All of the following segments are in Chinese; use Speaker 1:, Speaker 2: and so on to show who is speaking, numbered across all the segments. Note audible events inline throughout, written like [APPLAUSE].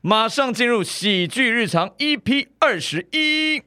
Speaker 1: 马上进入喜剧日常 EP 二十一。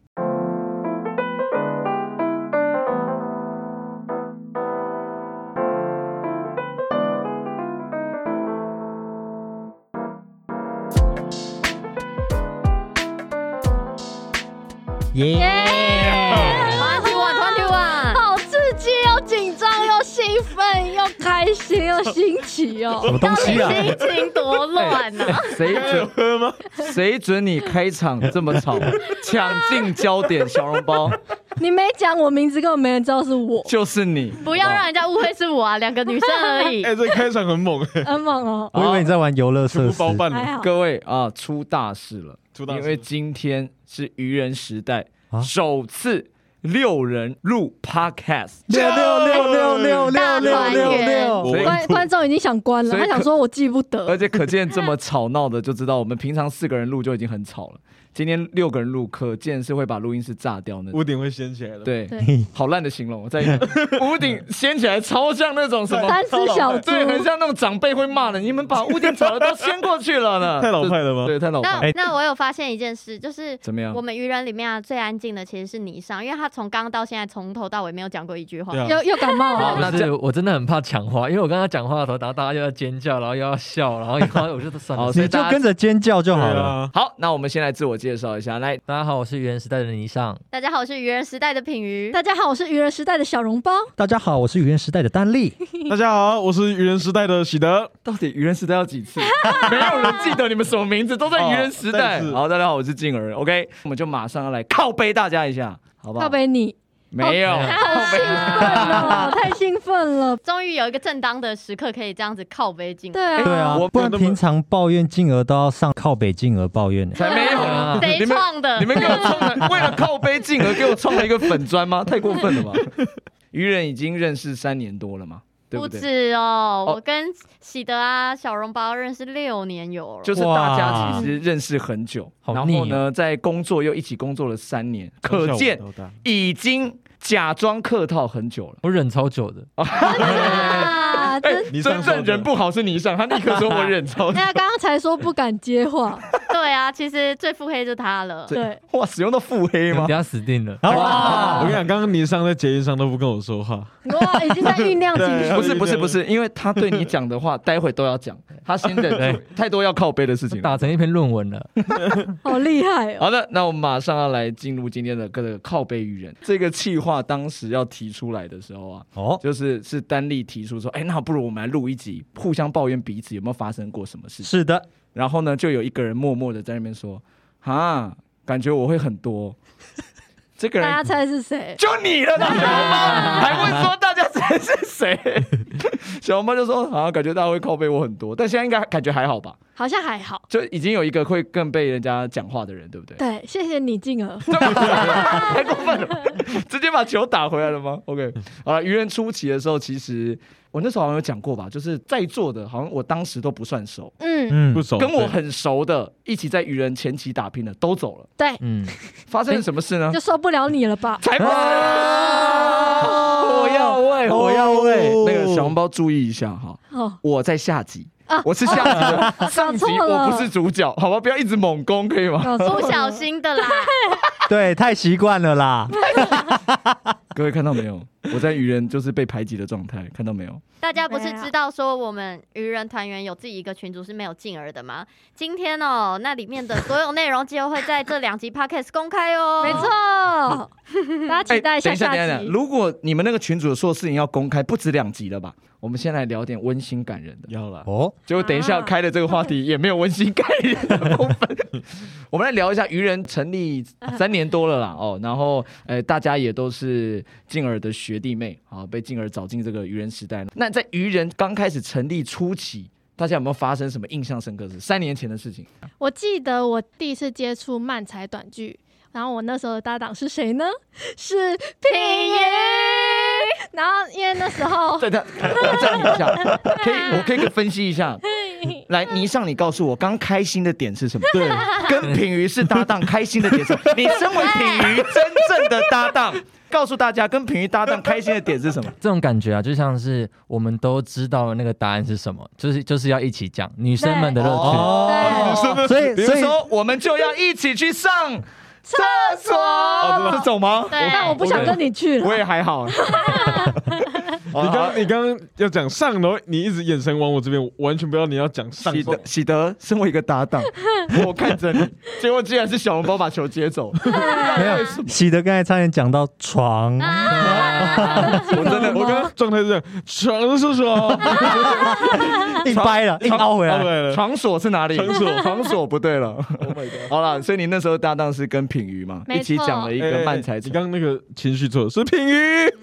Speaker 2: 耶、
Speaker 3: 团体晚，团体晚，好刺激又紧张又兴奋又开心又新奇哦！
Speaker 2: 什么东西啊
Speaker 3: 到底心情多乱
Speaker 4: 啊
Speaker 3: 呢、
Speaker 1: 谁准
Speaker 5: 喝吗？
Speaker 1: 谁准你开场这么吵，抢尽焦点，小笼包
Speaker 3: 你没讲我名字，根本没人知道是
Speaker 1: [LAUGHS]
Speaker 3: 我。
Speaker 1: 就是你。
Speaker 4: 不要让人家误会是我啊，两个女生而已
Speaker 5: 哎、。这开场很猛哎、
Speaker 3: 很猛哦，
Speaker 2: 我以为你在玩游乐设
Speaker 5: 不
Speaker 2: 施，
Speaker 5: 包办
Speaker 3: 还
Speaker 5: 了。
Speaker 3: 好。
Speaker 1: 各位啊，出大事了！
Speaker 5: 出大事
Speaker 1: 因为今天是愚人时代、
Speaker 2: 啊
Speaker 1: 首次六人录 Podcast，
Speaker 2: 六六六六六六六六六，
Speaker 5: 我很
Speaker 3: 观
Speaker 5: 酷
Speaker 3: 观众已经想关了，
Speaker 1: 所以
Speaker 3: 他
Speaker 1: 可
Speaker 3: 想说我记不得。
Speaker 1: 而且可见这么吵闹的，就知道我们平常四个人录就已经很吵了，今天六个人录，可见是会把录音室炸掉那种。
Speaker 5: 屋顶会掀起来的。，
Speaker 1: 对，
Speaker 3: 对
Speaker 1: [LAUGHS] 好烂的形容，我再一
Speaker 5: [LAUGHS]
Speaker 1: 遍屋顶掀起来，超像那种什
Speaker 3: [LAUGHS]
Speaker 1: 么。
Speaker 3: 三只小猪，
Speaker 1: 对，很像那种长辈会骂的，你们把屋顶草的都掀过去了呢，
Speaker 5: [LAUGHS] 太老派了吗
Speaker 1: 对，太老派。
Speaker 2: 哎
Speaker 4: 那那我有发现一件事，就是
Speaker 1: 怎么样
Speaker 4: 我？们愚人里面啊，最安静的其实是霓裳，因为他从刚刚到现在从头到尾没有讲过一句话
Speaker 5: 对。啊，
Speaker 3: 又又感冒
Speaker 1: 好
Speaker 3: 了。
Speaker 1: 那
Speaker 6: 不
Speaker 1: 这
Speaker 6: 是，我真的很怕讲话，因为我跟他讲话的时候，然后大家又要尖叫，然后又要笑，然后然
Speaker 2: [LAUGHS]
Speaker 6: 后我就算
Speaker 1: 好
Speaker 6: 了。
Speaker 2: 你就跟着尖叫就
Speaker 5: 对
Speaker 2: 好了。
Speaker 5: 啊，
Speaker 1: 好，那我们先来自我介绍一下，来，
Speaker 6: 大家好，我是原时代的霓裳。
Speaker 4: 大家好，我是愚人时代的品瑜。
Speaker 3: 大家好，我是愚人时代的小笼包。
Speaker 2: 大家好，我是语言时代的丹丽，
Speaker 5: 大家好，我是愚人时代的喜德。
Speaker 1: 到底愚人时代要几次？
Speaker 3: [LAUGHS]
Speaker 1: 没有人记得你们什么名字，都在愚人时代。
Speaker 5: 哦再次
Speaker 1: 好，大家好，我是静儿。OK，我们就马上要来靠背大家一下，好不好？
Speaker 3: 靠背哦你，
Speaker 1: 没有，
Speaker 3: 兴 [LAUGHS] 奋了，太兴奋
Speaker 1: [LAUGHS]
Speaker 3: 了。
Speaker 4: 终于有一个正当的时刻可以这样子靠背进。
Speaker 3: 对啊，
Speaker 2: 对啊，不然平常抱怨静儿都要上靠北静儿抱怨呢。
Speaker 1: 才没有
Speaker 6: 啊
Speaker 1: 呢。
Speaker 4: 谁
Speaker 1: 你们
Speaker 4: 创 [LAUGHS] 的？
Speaker 1: 你们给我创了，为了靠背进而给我创了一个粉砖
Speaker 4: [LAUGHS]
Speaker 1: 吗？太过分了吧！愚人已经认识三年多了嘛，对
Speaker 4: 不
Speaker 1: 对？
Speaker 4: 止哦，
Speaker 1: 哦
Speaker 4: 我跟喜德啊、小笼包认识六年有了。
Speaker 1: 就是大家其实认识很久，
Speaker 6: 哇
Speaker 1: 然
Speaker 6: 好腻
Speaker 1: 后
Speaker 6: 哦
Speaker 1: 呢，在工作又一起工作了三年，可
Speaker 5: 从小
Speaker 1: 见
Speaker 5: 玩到大
Speaker 1: 已经假装客套很久了。
Speaker 6: 我忍超久的，
Speaker 3: 啊，真。
Speaker 5: 你
Speaker 1: 真
Speaker 5: 上手
Speaker 1: 正
Speaker 5: 的
Speaker 1: 人不好是你上，他立刻说我忍
Speaker 7: [LAUGHS]
Speaker 1: 超
Speaker 3: 那哎刚刚才说不敢接话，
Speaker 4: [LAUGHS] 对啊，其实最腹黑就是他了。
Speaker 3: 对，
Speaker 1: 哇，使用到腹黑
Speaker 6: [LAUGHS] 你
Speaker 1: 吗
Speaker 6: 们等？下死定了。
Speaker 5: 啊！我跟你讲，刚刚霓裳在捷运上都不跟我说话，
Speaker 3: 哇，已经在酝
Speaker 1: [LAUGHS]
Speaker 3: 酿情绪
Speaker 5: 对
Speaker 1: 不是不是不是，因为他对你讲的话，待会都要讲，他先忍住，太多要靠背的事情了。
Speaker 6: 打成一篇论文了，
Speaker 3: 好厉害哦！
Speaker 1: 好的，那我们马上要来进入今天的各个靠背愚人这个企划。当时要提出来的时候啊，
Speaker 2: 哦，
Speaker 1: 就是是丹丽提出说，哎，那不如我们来录一集，互相抱怨彼此有没有发生过什么事情。
Speaker 2: 是的，
Speaker 1: 然后呢，就有一个人默默的在那边说，啊，感觉我会很
Speaker 2: [LAUGHS]
Speaker 1: 多。这个
Speaker 3: 大
Speaker 1: 人
Speaker 3: 家猜是谁？
Speaker 1: 就
Speaker 3: [LAUGHS]
Speaker 1: 你了，大小猫还问说大家谁是谁？
Speaker 2: [LAUGHS]
Speaker 1: 小猫就说好像感觉大家会靠背我很多，但现在应该感觉还好吧？
Speaker 3: 好像还好。
Speaker 1: 就已经有一个会更被人家讲话的人，对不对？
Speaker 3: 对，谢谢你静儿。
Speaker 1: [LAUGHS] 太过分了，直接把球打回来了吗？OK，好了，愚人初期的时候，其实我那时候好像有讲过吧，就是在座的，好像我当时都不算熟，
Speaker 3: 嗯，
Speaker 2: 嗯
Speaker 5: 不，熟。
Speaker 1: 跟我很熟的，一起在愚人前期打拼的都走了，
Speaker 3: 对，
Speaker 6: 嗯，
Speaker 1: 发生了什么事呢
Speaker 3: 哎就？受不了你了吧？
Speaker 1: 才不是
Speaker 2: 啊
Speaker 1: 火药味，火药味，
Speaker 2: 哦
Speaker 1: 那个小红包注意一下哈。
Speaker 3: 哦，
Speaker 1: 我在下集
Speaker 3: 啊，
Speaker 1: 我是下
Speaker 3: [LAUGHS]
Speaker 1: 集的，上集
Speaker 3: 搞错了哦
Speaker 1: 我不是主角，好吧？不要一直猛攻，可以
Speaker 8: 哦
Speaker 1: 吗？
Speaker 3: 搞错
Speaker 4: 不
Speaker 3: 了
Speaker 4: 小。心
Speaker 8: [LAUGHS]
Speaker 4: 的啦，
Speaker 2: 对，太习惯了啦。
Speaker 1: 各位看到没有？我在愚人就是被排挤的状态，看到没有？
Speaker 4: 大家不是知道说我们愚人团员有自己一个群组是没有进儿的吗？今天哦，那里面的所有内容就会在这两集 podcast 公开哦。
Speaker 3: 没错，，
Speaker 7: [LAUGHS]
Speaker 3: 大家期待
Speaker 1: 哎等一下，等一
Speaker 3: 下
Speaker 1: 下，
Speaker 3: 集。
Speaker 1: 如果你们那个群主说事情要公开，不止两集了吧？我们先来聊点温馨感人的。
Speaker 5: 要了，
Speaker 2: 哦，
Speaker 1: 就等一下
Speaker 3: 啊
Speaker 1: 开的这个话题也没有温馨感人的部分， [LAUGHS] 我们来聊一下愚人成立三年多了啦哦，然后呃大家也都是静儿的学弟妹啊，被静儿找进这个愚人时代。那在愚人刚开始成立初期，大家有没有发生什么印象深刻的事？三年前的事情，
Speaker 7: 我记得我第一次接触漫才短剧，然后我那时候的搭档是谁呢？是品
Speaker 4: 品
Speaker 7: 瑜。然后因为那时候
Speaker 1: [LAUGHS] 啊 [LAUGHS] 对的，我暂停一下，可以我可以分析一下，来，倪尚，你告诉我，刚开心的点是什么？对，跟品瑜是搭档，开心的点是什 [LAUGHS] 么？你身为品瑜真正的搭档，告诉大家，跟品瑜搭档开心的点是什么？
Speaker 9: 这种感觉啊，就像是我们都知道那个答案是什么，就是就是要一起讲女生们的乐趣。
Speaker 1: [LAUGHS] 哦，
Speaker 6: 所以
Speaker 1: 比如
Speaker 6: 所以
Speaker 1: 说，我们就要一起去上厕所，哦这种吗？
Speaker 4: 对，
Speaker 8: 但我不想跟你去
Speaker 1: 我
Speaker 8: 了。
Speaker 1: 也还 [LAUGHS] 好。
Speaker 5: 你
Speaker 1: 哦好
Speaker 5: 刚你刚刚要讲上，然后你一直眼神往我这边，我完全不知道你要讲上
Speaker 1: 喜。德，喜德，身为一个搭档，我看着你，结果竟然是小笼包把球接 [LAUGHS] 走，
Speaker 6: 没有，喜德刚才差点讲到床，
Speaker 1: 我真的，
Speaker 5: 我
Speaker 1: 我
Speaker 5: 刚刚状态是这样，床是床，
Speaker 6: [LAUGHS] 硬掰了，硬凹回
Speaker 5: 来
Speaker 6: 来。
Speaker 5: 了，
Speaker 1: 场所是哪里？[LAUGHS]
Speaker 5: 场所
Speaker 1: 场所不对了。好了，所以你那时候搭档是跟品瑜嘛，
Speaker 7: 没
Speaker 1: 一起讲了一
Speaker 5: 哎
Speaker 1: 个
Speaker 5: 哎
Speaker 1: 漫才
Speaker 5: 你
Speaker 1: 城。
Speaker 5: 刚刚那个情绪错了，是品瑜，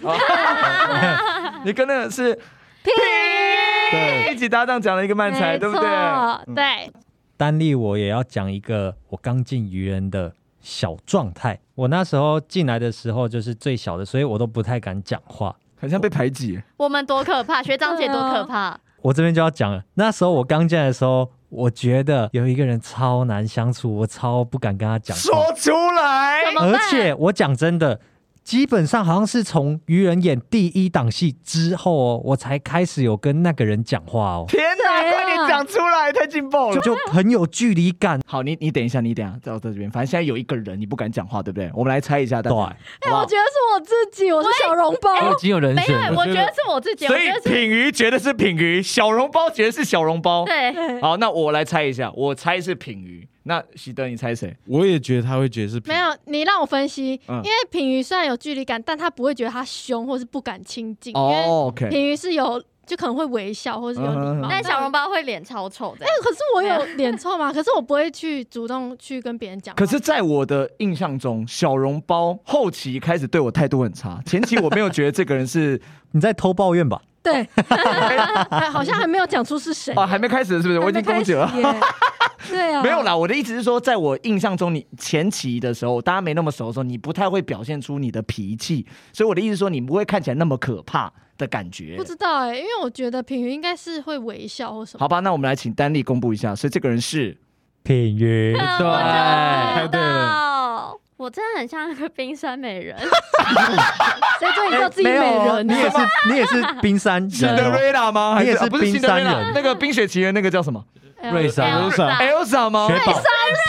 Speaker 1: 你跟那个是
Speaker 5: 对，
Speaker 1: 一起搭档讲了一个漫才，
Speaker 7: 没
Speaker 1: 对不嗯
Speaker 7: 错
Speaker 1: 对？，
Speaker 7: 对，
Speaker 6: 单立我也要讲一个我刚进愚人的小状态。我那时候进来的时候就是最小的，所以我都不太敢讲话。
Speaker 1: 很像被排挤。
Speaker 4: 我们多可怕，学长姐多可怕，
Speaker 6: 我这边就要讲了，那时候我刚进来的时候，我觉得有一个人超难相处，我超不敢跟他讲话。
Speaker 1: 说出
Speaker 8: 啊
Speaker 1: 来
Speaker 4: 怎，么办
Speaker 6: 而且我讲真的，基本上好像是从愚人演第一档戏之后哦，我才开始有跟那个人讲话哦，
Speaker 1: 天哪，
Speaker 7: 谁啊
Speaker 1: 快点讲出来，太劲爆
Speaker 6: 就
Speaker 1: 了。
Speaker 6: 就很有距离感。
Speaker 1: 好，你你等一下，你等一下，在我这边，反正现在有一个人你不敢讲话，对不对？我啊们来猜一下，大
Speaker 6: 对
Speaker 1: 家，
Speaker 4: 哎
Speaker 1: 好不好
Speaker 8: 哎我觉得是我自己，我是小笼包。
Speaker 7: 哎
Speaker 1: 嗯
Speaker 9: 我已经有人
Speaker 4: 没有
Speaker 9: 选，，
Speaker 4: 我觉得是我自己，我
Speaker 1: 所以
Speaker 4: 觉得是
Speaker 1: 品鱼觉得是品鱼，小笼包觉得是小笼包。
Speaker 4: 对，
Speaker 1: 好，那我来猜一下，我猜是品鱼。那喜德，你猜谁？
Speaker 5: 我也觉得他会觉得是品
Speaker 7: 没，有你让我分析，
Speaker 1: 嗯
Speaker 7: 因为品瑜虽然有距离感，但他不会觉得他凶或是不敢亲近，因为
Speaker 1: 哦，OK，
Speaker 7: 品瑜是有就可能会微笑或是有礼
Speaker 1: 嗯嗯嗯
Speaker 7: 貌。
Speaker 4: 但小笼包会脸超丑
Speaker 7: [LAUGHS]
Speaker 4: 的
Speaker 7: 哎，，可是我
Speaker 3: 啊
Speaker 7: 有脸臭吗？ [LAUGHS] 可是我不会去主动去跟别人讲话。
Speaker 1: 可是，在我的印象中，小笼包后期开始对我态度很差，前期我没有觉得这个人是
Speaker 6: 你在偷抱怨吧？
Speaker 7: 对，还哎 [LAUGHS] 好像还没有讲出是谁
Speaker 1: 啊，还没开始是不是？我已经攻击了。
Speaker 7: 还没开始耶对啊，
Speaker 1: 没有啦，我的意思是说，在我印象中，你前期的时候，大家没那么熟的时候，你不太会表现出你的脾气，所以我的意思是说，你不会看起来那么可怕的感觉
Speaker 7: 不。知道哎、因为我觉得品瑜应该是会微笑或什么。
Speaker 1: 好吧，那我们来请丹丽公布一下，所以这个人是
Speaker 6: 品云，
Speaker 4: 嗯
Speaker 9: 对
Speaker 4: 我
Speaker 5: 太
Speaker 4: 就知
Speaker 5: 对了，
Speaker 4: 道，哦我真的很像那个冰山美人，
Speaker 1: 啊
Speaker 7: 谁准你叫自己美 [LAUGHS]
Speaker 6: 哦
Speaker 7: 人
Speaker 6: 你
Speaker 7: 啊？
Speaker 6: 也是你也是冰山人哦、
Speaker 1: 拉吗还
Speaker 6: 你也
Speaker 1: 是
Speaker 6: 是
Speaker 1: 啊不是
Speaker 6: 冰
Speaker 1: 辛德瑞
Speaker 6: 山
Speaker 1: 拉？
Speaker 6: 人
Speaker 1: 那个《冰雪奇缘》那个叫什么
Speaker 7: 哎呦
Speaker 9: 瑞
Speaker 4: 哎
Speaker 9: 莎
Speaker 4: 呀
Speaker 5: 没事啊
Speaker 1: ？Elsa 吗？